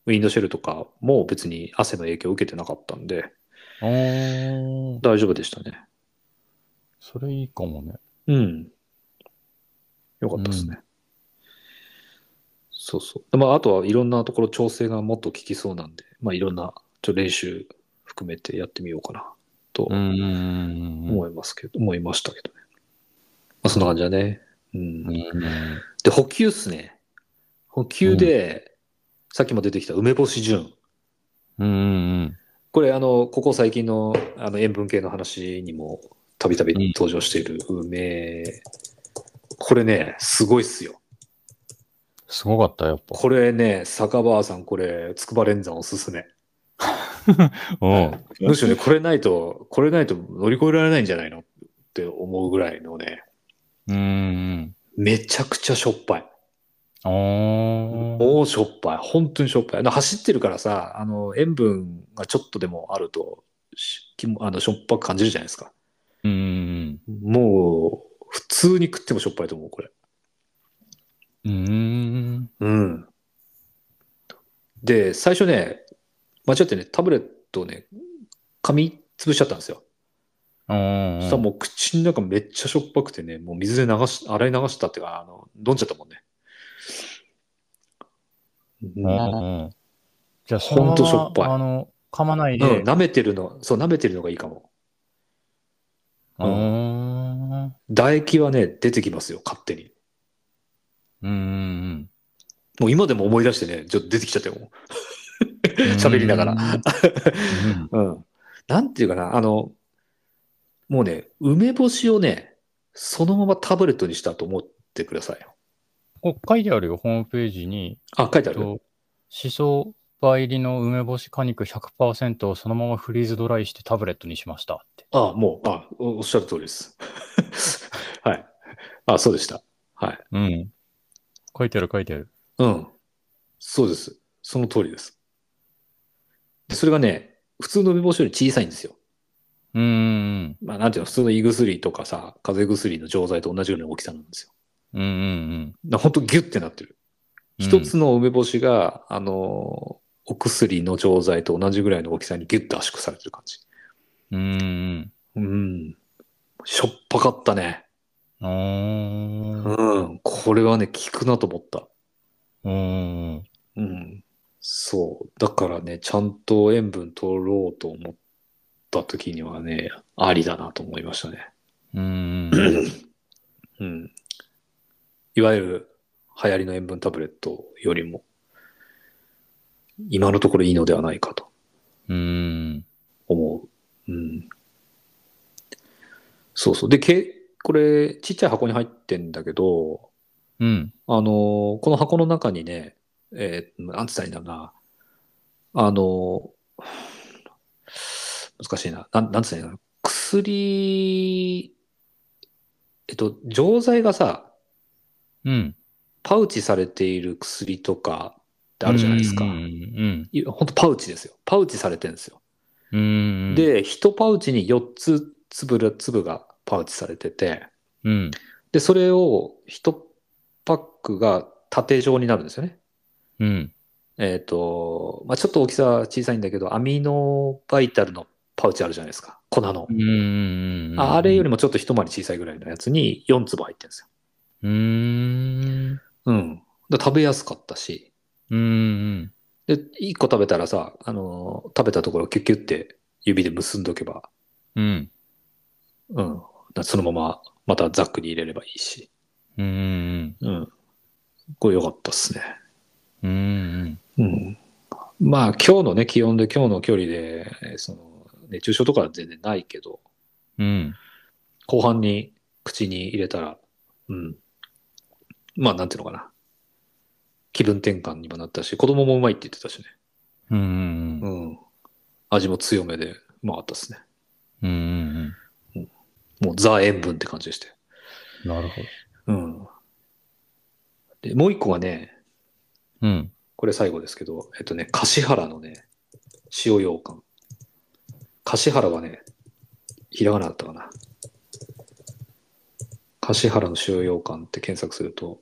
ウィンドシェルとかも別に汗の影響を受けてなかったんで、あー、大丈夫でしたね。それいいかもね。うん。よかったですね。そうそう。まあ、あとはいろんなところ調整がもっと効きそうなんで、まあ、いろんなちょ練習含めてやってみようかなとうんうんうんうん思いますけど、思いましたけどね。まあ、そんな感じだね。うん。うん。うんうんで、補給っすね。補給で、さっきも出てきた梅干し純。うんうんこれ、あの、ここ最近のあの塩分系の話にもたびたび登場している梅、これね、すごいっすよ。すごかった、やっぱ。これね、酒場さん、これ、筑波連山おすすめ。うん。むしろね、これないと、これないと乗り越えられないんじゃないのって思うぐらいのね、うんうん。めちゃくちゃしょっぱい。あー。もうしょっぱい。本当にしょっぱい。あの走ってるからさ、あの、塩分がちょっとでもあると、しきもあのしょっぱく感じるじゃないですか。うんうんもう、普通に食ってもしょっぱいと思う、これ。うん。うん。うん。で、最初ね、間違ってね、タブレットをね、噛み潰しちゃったんですよ。うんそうんしたらもう口の中めっちゃしょっぱくてね、もう水で流し、洗い流したっていうか、あの、飲んじゃったもんね。うんうんじゃあ、ほんとしょっぱいそのままあの、噛まないうん、で。舐めてるの、そう、舐めてるのがいいかも。うーん。うん唾液はね、出てきますよ、勝手に。うんうん。もう今でも思い出してね、ちょっと出てきちゃったよ。もう喋りながら。ううん。ん。なんていうかな、あの、もうね、梅干しをね、そのままタブレットにしたと思ってください。こう書いてあるよ、ホームページに。あ、書いてある。と、しそ葉入りの梅干し果肉100%をそのままフリーズドライしてタブレットにしましたって。あ、もう、あ、おおっしゃる通りです。 はい。あ、そうでした。はい。うん。書いてある書いてある。うん。そうです。その通りです。でそれがね、普通の梅干しより小さいんですよ。うーん。まあ、なんていうの、普通の胃薬とかさ、風邪薬の錠剤と同じような大きさなんですよ。うんうんうん。だほんとギュッてなってる。一つの梅干しが、あの、お薬の錠剤と同じぐらいの大きさにギュッと圧縮されてる感じ。うん。うん。しょっぱかったね。うーん。あーうん。これはね、効くなと思った。うーん。うん。そう。だからね、ちゃんと塩分取ろうと思った時にはね、ありだなと思いましたね。うん。うん。いわゆる流行りの塩分タブレットよりも、今のところいいのではないかとうん。思う。うん。そうそう。で、け、これ、ちっちゃい箱に入ってんだけど、うん。あのーこの箱の中にね、えー、なんつったらいいんだろうな。あのー難しいな。なん、なんつったらいいんだろう。薬、えっと、錠剤がさ、うん。パウチされている薬とかってあるじゃないですか。うんいやほんとパウチですよ。パウチされてるんですよ。うん。うん。、で、1パウチに4つ粒が粒がパウチされてて、うん。で、それを1パックが縦状になるんですよね。うん。えっ、と、まあ、ちょっと大きさは小さいんだけど、アミノバイタルのパウチあるじゃないですか。粉の。うん。ああれよりも。もちょっと一回り小さいぐらいのやつに4粒入ってるんですよ。うん。うん。だ食べやすかったし。うん。で、1個食べたらさ、あのー食べたところをキュッキュッて指で結んどけば、うん。うん。だそのまままたザックに入れればいいし。うん。うん。これ良かったっすね。うん。うん。まあ今日のね、気温で今日の距離で、えーその、熱中症とかは全然ないけど、うん。後半に口に入れたら、うん。まあ、なんていうのかな。気分転換にもなったし、子供もうまいって言ってたしね。うん。うん。味も強めで、まあ、あったですね。うん。もうザ塩分って感じでして。なるほど。うん。で、もう一個がね、うん。これ最後ですけど、えっとね、橿原のね、塩羊羹。橿原はね、ひらがなだったかな。橿原の塩羊羹って検索すると、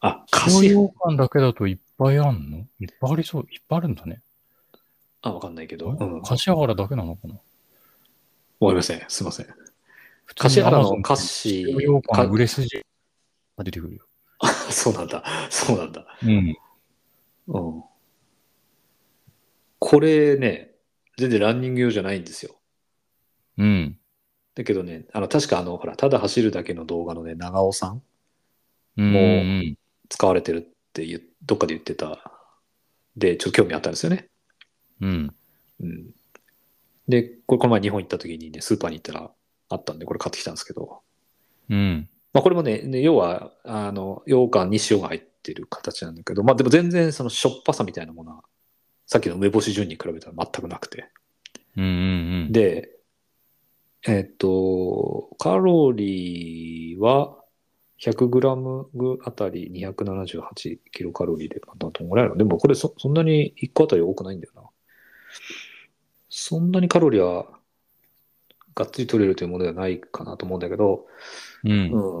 あ、そうい橿う感だけだといっぱいあんのいっぱいありそう。いっぱいあるんだね。あ、わかんないけど、うん、わか柏原だけなのかなりません。すいません。橿原の菓子、か売かれ筋が出てくるよ。 そうなんだ。そうなんだ。うん。うん。これね、全然ランニング用じゃないんですよ。うん。だけどね、あの、確かあの、ほら、ただ走るだけの動画のね、長尾さんうん。使われてるっていう、どっかで言ってた。で、ちょっと興味あったんですよね。うん。うん。で、これ、この前日本行った時にね、スーパーに行ったらあったんで、これ買ってきたんですけど。うん。まあこれもね、ね要は、あの、羊羹に塩が入ってる形なんだけど、まあでも全然そのしょっぱさみたいなものは、さっきの梅干し順に比べたら全くなくて。うん。で、えっと、カロリーは 100g あたり278キロカロリーで、まあどんぐらいなのでもこれそそんなに1個あたり多くないんだよな。そんなにカロリーはがっつり取れるというものではないかなと思うんだけど、うん。うん。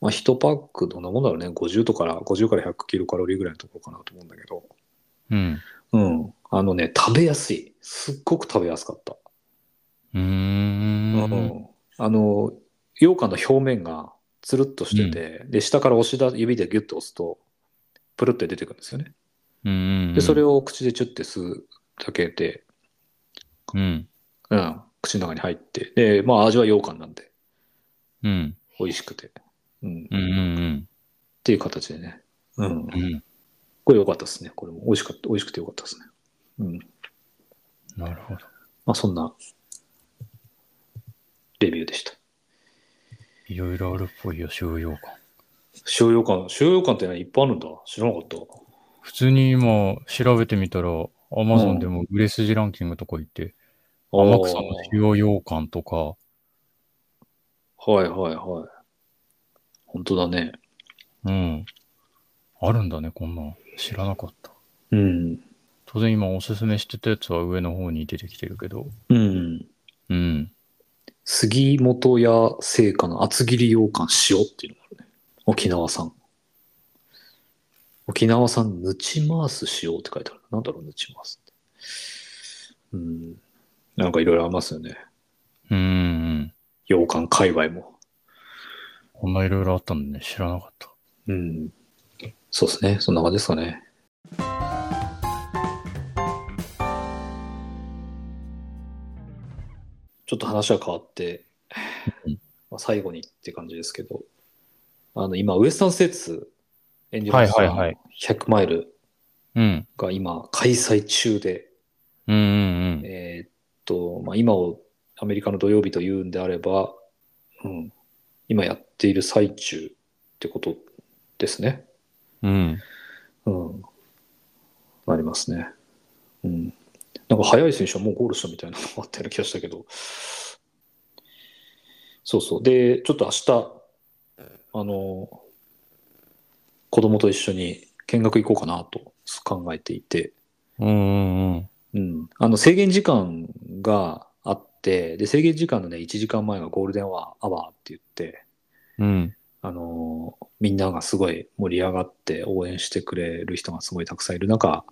まあ、1パックどんなもんだろうね。50とから、50から100キロカロリーぐらいのところかなと思うんだけど。うん。うん。あのね、食べやすい。すっごく食べやすかった。うう。んんあの、羊羹の表面がつるっとしてて、で、下から押しだ、指でギュッと押すと、プルって出てくるんですよね。うん。で、それを口でチュッて吸うだけで、うん。うん、口の中に入って、で、まあ味は羊羹なんで、うん。美味しくて、うん、うん。っていう形でね、うん。うん。これ良かったですね。これも美味しかった、美味しくて良かったですね。うん。なるほど。まあそんなレビューでした。いろいろあるっぽいよ、収容感。収容感、収容感ってのはいっぱいあるんだ。知らなかった。普通に今調べてみたら、アマゾンでも売れ筋ランキングとか行って、あ天草の収容感とか、はいはいはい。本当だね。うん。あるんだね、こんなん。知らなかった。うん。当然今おすすめしてたやつは上の方に出てきてるけど、うん。うん。杉本屋製菓の厚切り羊羹塩っていうのがあるね。沖縄産。沖縄産ぬちまーす塩って書いてある。なんだろう、ぬちまーすって。うん。なんかいろいろありますよね。うんうん。羊羹界隈も。こんないろいろあったんでね、知らなかった。うん。そうですね。そんな感じですかね。ちょっと話は変わってうん、まあ最後にって感じですけど、あの、今、ウエスタンステーツ、エンジェはルいスはいはい。 100マイルうん。が今、開催中で、うんうんえーっと、まあ、今をアメリカの土曜日というんであれば、うん、今やっている最中ってことですね。うん。うん。うん。なりますね。うん。なんか早い選手はもうゴールしたみたいなのもあったような気がしたけど。そうそう。で、ちょっと明日、あの、子供と一緒に見学行こうかなと考えていて、うんうんうん。うん。あの、制限時間があって、で、制限時間のね、1時間前がゴールデンアワーアワーって言って、うん。あのーみんながすごい盛り上がって応援してくれる人がすごいたくさんいる中、ま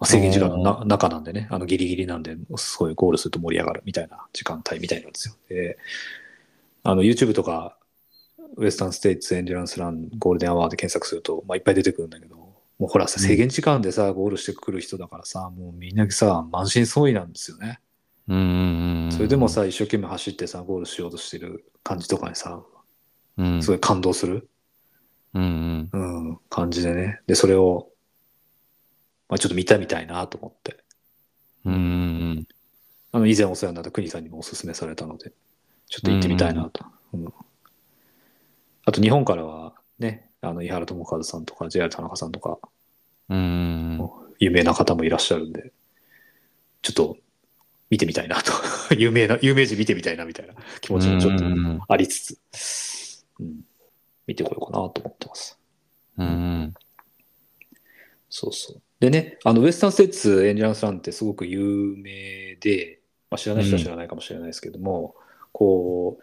あ、制限時間のな中なんでね、あのギリギリなんで、すごいゴールすると盛り上がるみたいな時間帯みたいなんですよ。で、あの YouTube とか、ウエスタンステイツエンデュランスランゴールデンアワーで検索すると、まあ、いっぱい出てくるんだけど、もうほらさ、うん制限時間でさ、ゴールしてくる人だからさ、もうみんなさ、満身創痍なんですよね。うんうんうん。それでも、さ、一生懸命走ってさ、ゴールしようとしてる感じとかにさ、うん。すごい感動する、うんうん。うん、感じでね。で、それを、まあ、ちょっと見たみたいなと思って。うんうんあの、以前お世話になった国さんにもお勧めされたので、ちょっと行ってみたいなと。うんあと、日本からは、ね、あの、井原智和さんとか、JR 田中さんとか、うん。うんうん有名な方もいらっしゃるんで、ちょっと、見てみたいなと。 有名な、有名人見てみたいなみたいな気持ちもちょっとうんうんありつつ、うん、見てこようかなと思ってます。うん。うんそうそう。でね、あの、ウエスタンステッツエンジェランスランってすごく有名で、まあ、知らない人は知らないかもしれないですけども、こう、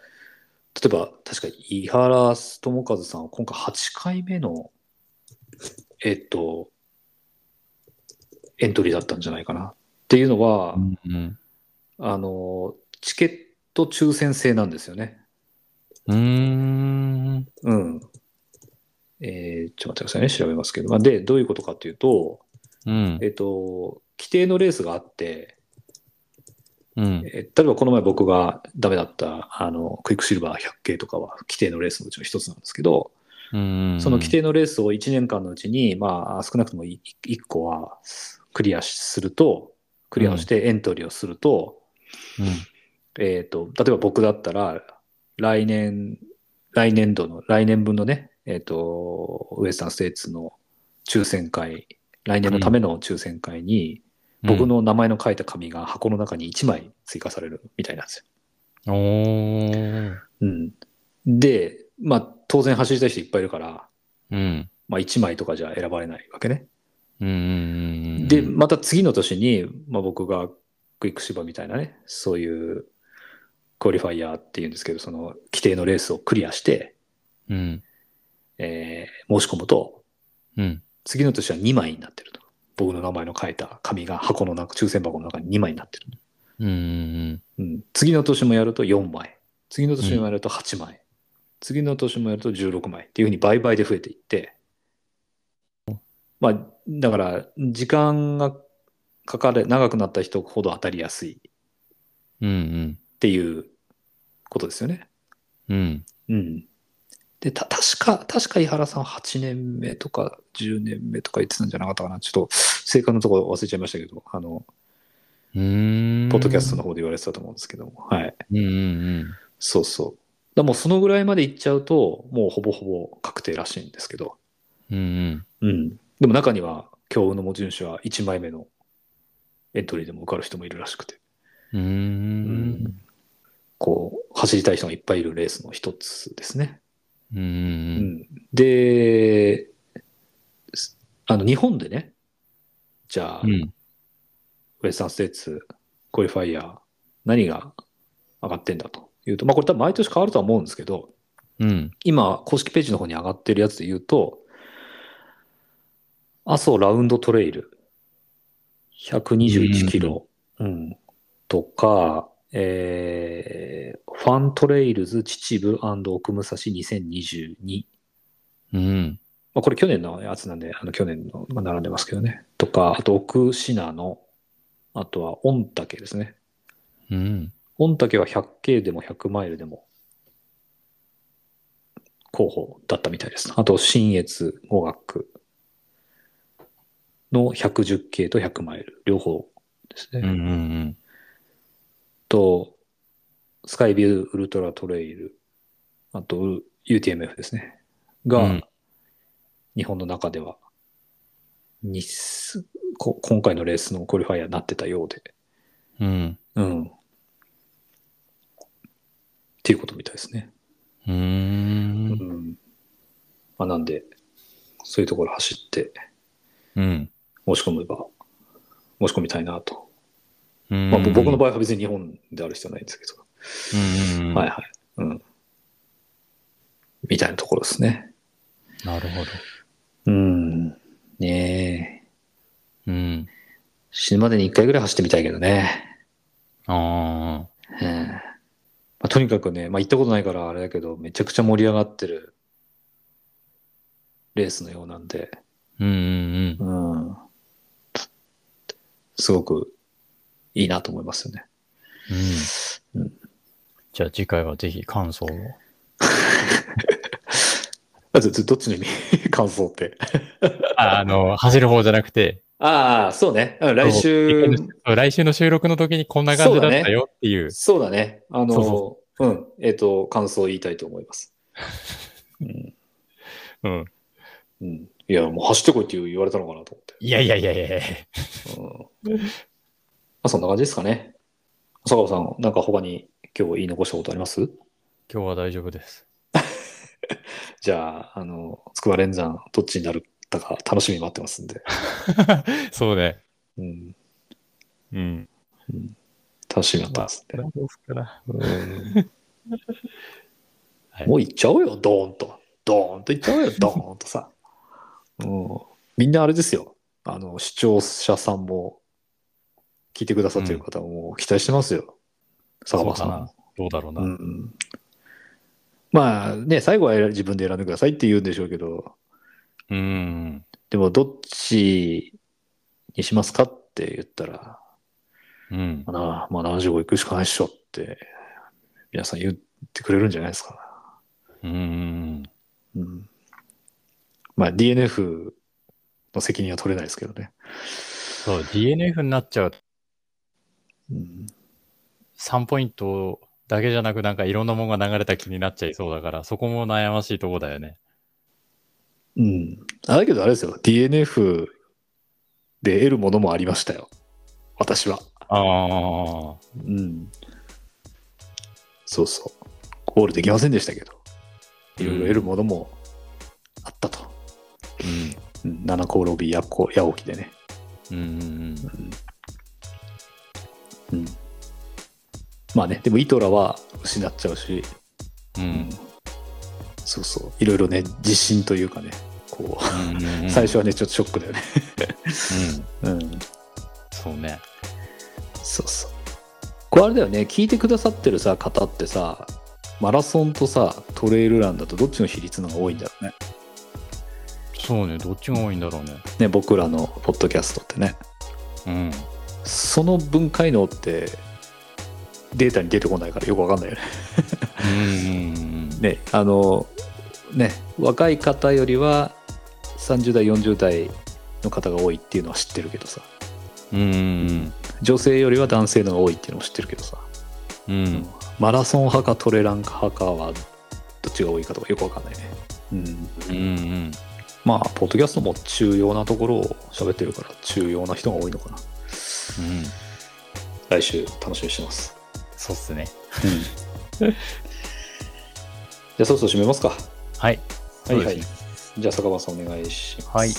例えば、確か井原智和さんは今回8回目の、えっと、エントリーだったんじゃないかな。っていうのは、うんうん。あの、チケット抽選制なんですよね。うん。うん。えーちょっと待ってくださいね。調べますけど。まあ、で、どういうことかというと、うん。えっと、規定のレースがあって、うん。え例えばこの前僕がダメだった、あの、クイックシルバー100系とかは規定のレースのうちの一つなんですけど、うん。その規定のレースを1年間のうちに、まあ、少なくとも1個はクリアしすると、クリアをしてエントリーをすると、えっ、と、例えば僕だったら、来年、来年度の、来年分のね、えっ、と、ウエスタンステイツの抽選会、来年のための抽選会に、うん。僕。の名前の書いた紙が箱の中に1枚追加されるみたいなんですよ。おー。うん、で、まあ、当然走りたい人いっぱいいるから、うん。まあ、1枚とかじゃ選ばれないわけね。うんうんうん。で、また次の年に、まあ、僕がクイックシルバーみたいなね、そういうクオリファイヤーっていうんですけど、その規定のレースをクリアして、うん。えー申し込むと、うん。次の年は2枚になってると。僕の名前の書いた紙が箱の中、抽選箱の中に2枚になってる。うんうんうん、次の年もやると4枚次の年もやると8枚、次の年もやると16枚っていうふうに倍々で増えていってまあだから時間がかかれ長くなった人ほど当たりやすいっうん。うんていうことですよね。うん。うん。うん、で、た、確か、確か井原さん8年目とか10年目とか言ってたんじゃなかったかな。ちょっと、正確のところ忘れちゃいましたけど、あの、うーん。ポッドキャストの方で言われてたと思うんですけども、はい。うんうんそうそう。だもうそのぐらいまで行っちゃうと、もうほぼほぼ確定らしいんですけど、うん。うんうん。でも中には、強運の持ち主は1枚目のエントリーでも受かる人もいるらしくて、うん。うーん。こう、走りたい人がいっぱいいるレースの一つですね。うんううんん、で、すあの日本でね、じゃあ、うん。うウん。ェスタンステーツ、クオリファイヤー、何が上がってんだというと、まあ、これ多分毎年変わるとは思うんですけど、うん。今、公式ページの方に上がってるやつで言うと、阿蘇ラウンドトレイル、121キロ、うん、とか、えーファントレイルズ秩父奥武蔵2022うん。まあ、これ去年のやつなんで、あの去年の、まあ、並んでますけどね。とか、あと奥信濃、あとは御嶽ですね。うん。御嶽は 100K でも100マイルでも候補だったみたいです。あと、新越語学の 110K と100マイル、両方ですね。うんうんと、スカイビューウルトラトレイル、あとウ UTMF ですね。が、うん日本の中では、にすこ今回のレースのクオリファイアになってたようで、うん。うん。うん。っていうことみたいですね。うーん。うん。まあ、なんで、そういうところ走ってうん。申し込めば、申し込みたいなと。うんまあ、僕の場合は別に日本である必要はないんですけど。うんうん。はいい。はい。うん。みたいなところですね。なるほど。うん。ねえ。うん。死ぬまでに一回ぐらい走ってみたいけどね。ああ。うん。まあ、とにかくね、まあ、行ったことないからあれだけど、めちゃくちゃ盛り上がってるレースのようなんで、うんうんうん。すごくいいなと思いますよね。うん。ううんん。じゃあ次回はぜひ感想を。あ、ず、ず、どっちの意味 感想って。ああの、走る方じゃなくて、ああ、そうね。うん来週、そう来週の収録の時にこんな感じだったよっていう。そうだね。あの、そううん。えっ、と、感想を言いたいと思います。うん。うん。うん。いや、もう走ってこいって言われたのかなと思いやいやいやいやいやって。うん。まあ、そんな感じですかね。浅川さん、なんか他に今日言い残したことあります今日は大丈夫です。じゃあ、あの、筑波連山、どっちになるたか楽しみに待ってますんで。そうね。うん。うん。楽しみに待ってますんで。ですから。はいもう行っちゃおうよ、ドーンと。ドーンと行っちゃお うよ、ドーンとさ。うん、みんなあれですよ。あの、視聴者さんも、聞いてくださってる方ももう期待してますよ。坂そう場さ。。かなんどうだろうな。うん、まあね、最後は選自分で選んでくださいって言うんでしょうけど、うん。でもどっちにしますかって言ったら、うん。まあな、まあ75行くしかないっしょって、皆さん言ってくれるんじゃないですか。うん。うんまあ DNF の責任は取れないですけどね。そう、DNF になっちゃうとうん、 3ポイントだけじゃなく、なんかいろんなものが流れた気になっちゃいそうだから、そこも悩ましいとこだよね。うん、あだけどあれですよ、DNF で得るものもありましたよ、私は。ああ。うん、そうそう、ゴールできませんでしたけど、いろいろ得るものもあったと。うん、7コーロビー、ヤオキでね。うん。うん。うん、まあね、でもイトラは失っちゃうし、ううんん。そうそういろいろね自信というかねこう、うん。最初はねちょっとショックだよねうん。うんそうね。そうそうこれあれだよね聞いてくださってるさ方ってさマラソンとさトレイルランだとどっちの比率の方が多いんだろうねそうね。どっちが多いんだろうね。ね僕らのポッドキャストってねうん。その分解能って データに出てこないからよくわかんないよねうん。ねあのね若い方よりは30代40代の方が多いっていうのは知ってるけどさうん。女性よりは男性のが多いっていうのも知ってるけどさうん。マラソン派かトレラン派かはどっちが多いかとかよくわかんないねうんうん。うん。まあポッドキャストも重要なところを喋ってるから重要な人が多いのかな来週楽しみにしてますそうっすね。うん じゃあそろそろ締めますかはい。はいはそういですねじゃあ坂本さんお願いしますはい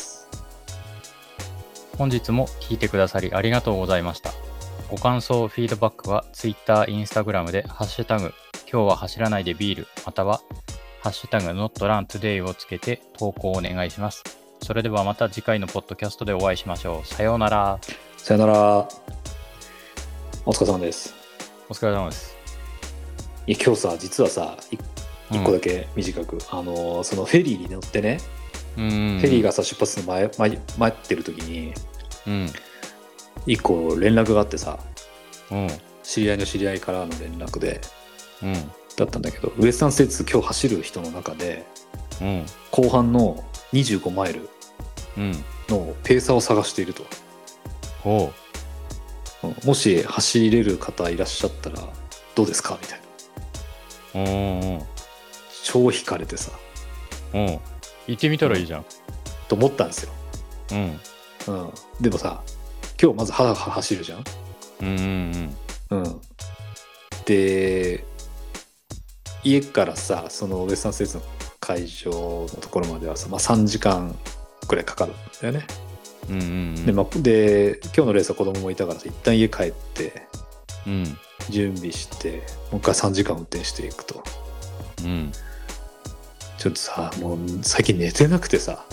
本日も聞いてくださりありがとうございました。ご感想、フィードバックは Twitter、Instagram で、ハッシュタグ、今日は走らないでビール、または、ハッシュタグ、notruntoday をつけて投稿お願いします。それではまた次回のポッドキャストでお会いしましょう。さようなら。さよならお疲れ様ですお疲れ様です。いや今日さ実はさいうん一個だけ短く、あのーそのフェリーに乗ってね、うん。フェリーがさ出発するの前前待ってる時にうん。一個連絡があってさうん。知り合いの知り合いからの連絡でうん。だったんだけどウエスタンステーツ今日走る人の中でうん。後半の25マイルうん。のペーサーを探していると、おう。うんもし走れる方いらっしゃったらどうですかみたいなおうおう超惹かれてさおうおう行ってみたらいいじゃん。と思ったんですよ、うん。うん、でもさ今日まずはは走るじゃんうんうんうん、で家からさそのウエスタンステーツの会場のところまではさ、まあ、3時間くらいかかるんだよね、うん。うんうんうん。で,、まあ、で今日のレースは子供もいたからさ一旦家帰ってうん。準備してもう一回3時間運転していくとうん。ちょっとさもう最近寝てなくてさ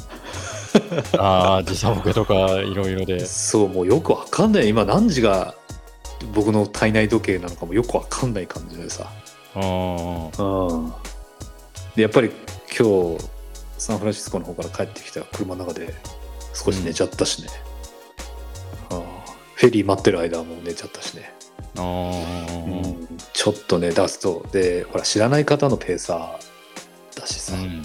ああ、時差ボケとかいろいろで。そうもうよくわかんない今何時が僕の体内時計なのかもよくわかんない感じでさあうん、でやっぱり今日サンフランシスコの方から帰ってきた車の中で少し寝ちゃったしね、うんフェリー待ってる間はもう寝ちゃったしね、あ。ああ。うんちょっとね出すとでほら知らない方のペーサーだしさ、うん。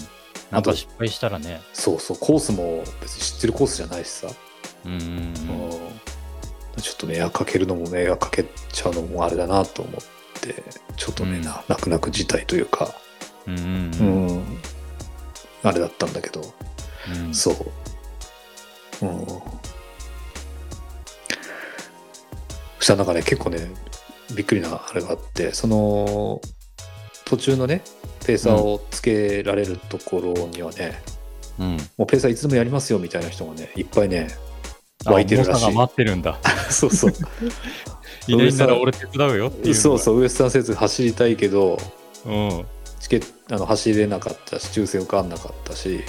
なんか失敗したらね。そうそうコースも別に知ってるコースじゃないしさ、うんうんうんちょっと迷惑かけるのも迷惑かけちゃうのもあれだなと思ってちょっとね、うんな泣く泣く事態というか、うん。うんううんん、あれだったんだけどうん。そう。うん。そしたらなんかね、結構ね、びっくりなあれがあって、その、途中のね、ペーサーをつけられるところにはね、うん。もうペーサーいつでもやりますよみたいな人がね、いっぱいね、あ湧いてるらしい重さが待ってるんだ。 そうそう、いないなら俺手伝うよっていう。。そうそうう、ウエスタン施設走りたいけど、うん。チケットあの走れなかったし、抽選受かんなかったし、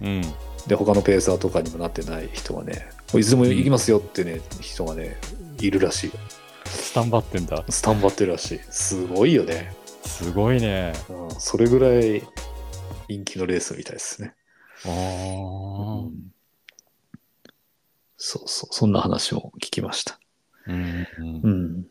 うん。で他のペーサーとかにもなってない人がねいつでも行きますよってね、人がねいるらしいスタンバってんだ。スタンバってるらしいすごいよね、すごいね。うん、それぐらい人気のレースみたいですね、ああ。そうそうそんな話も聞きましたうんうんうん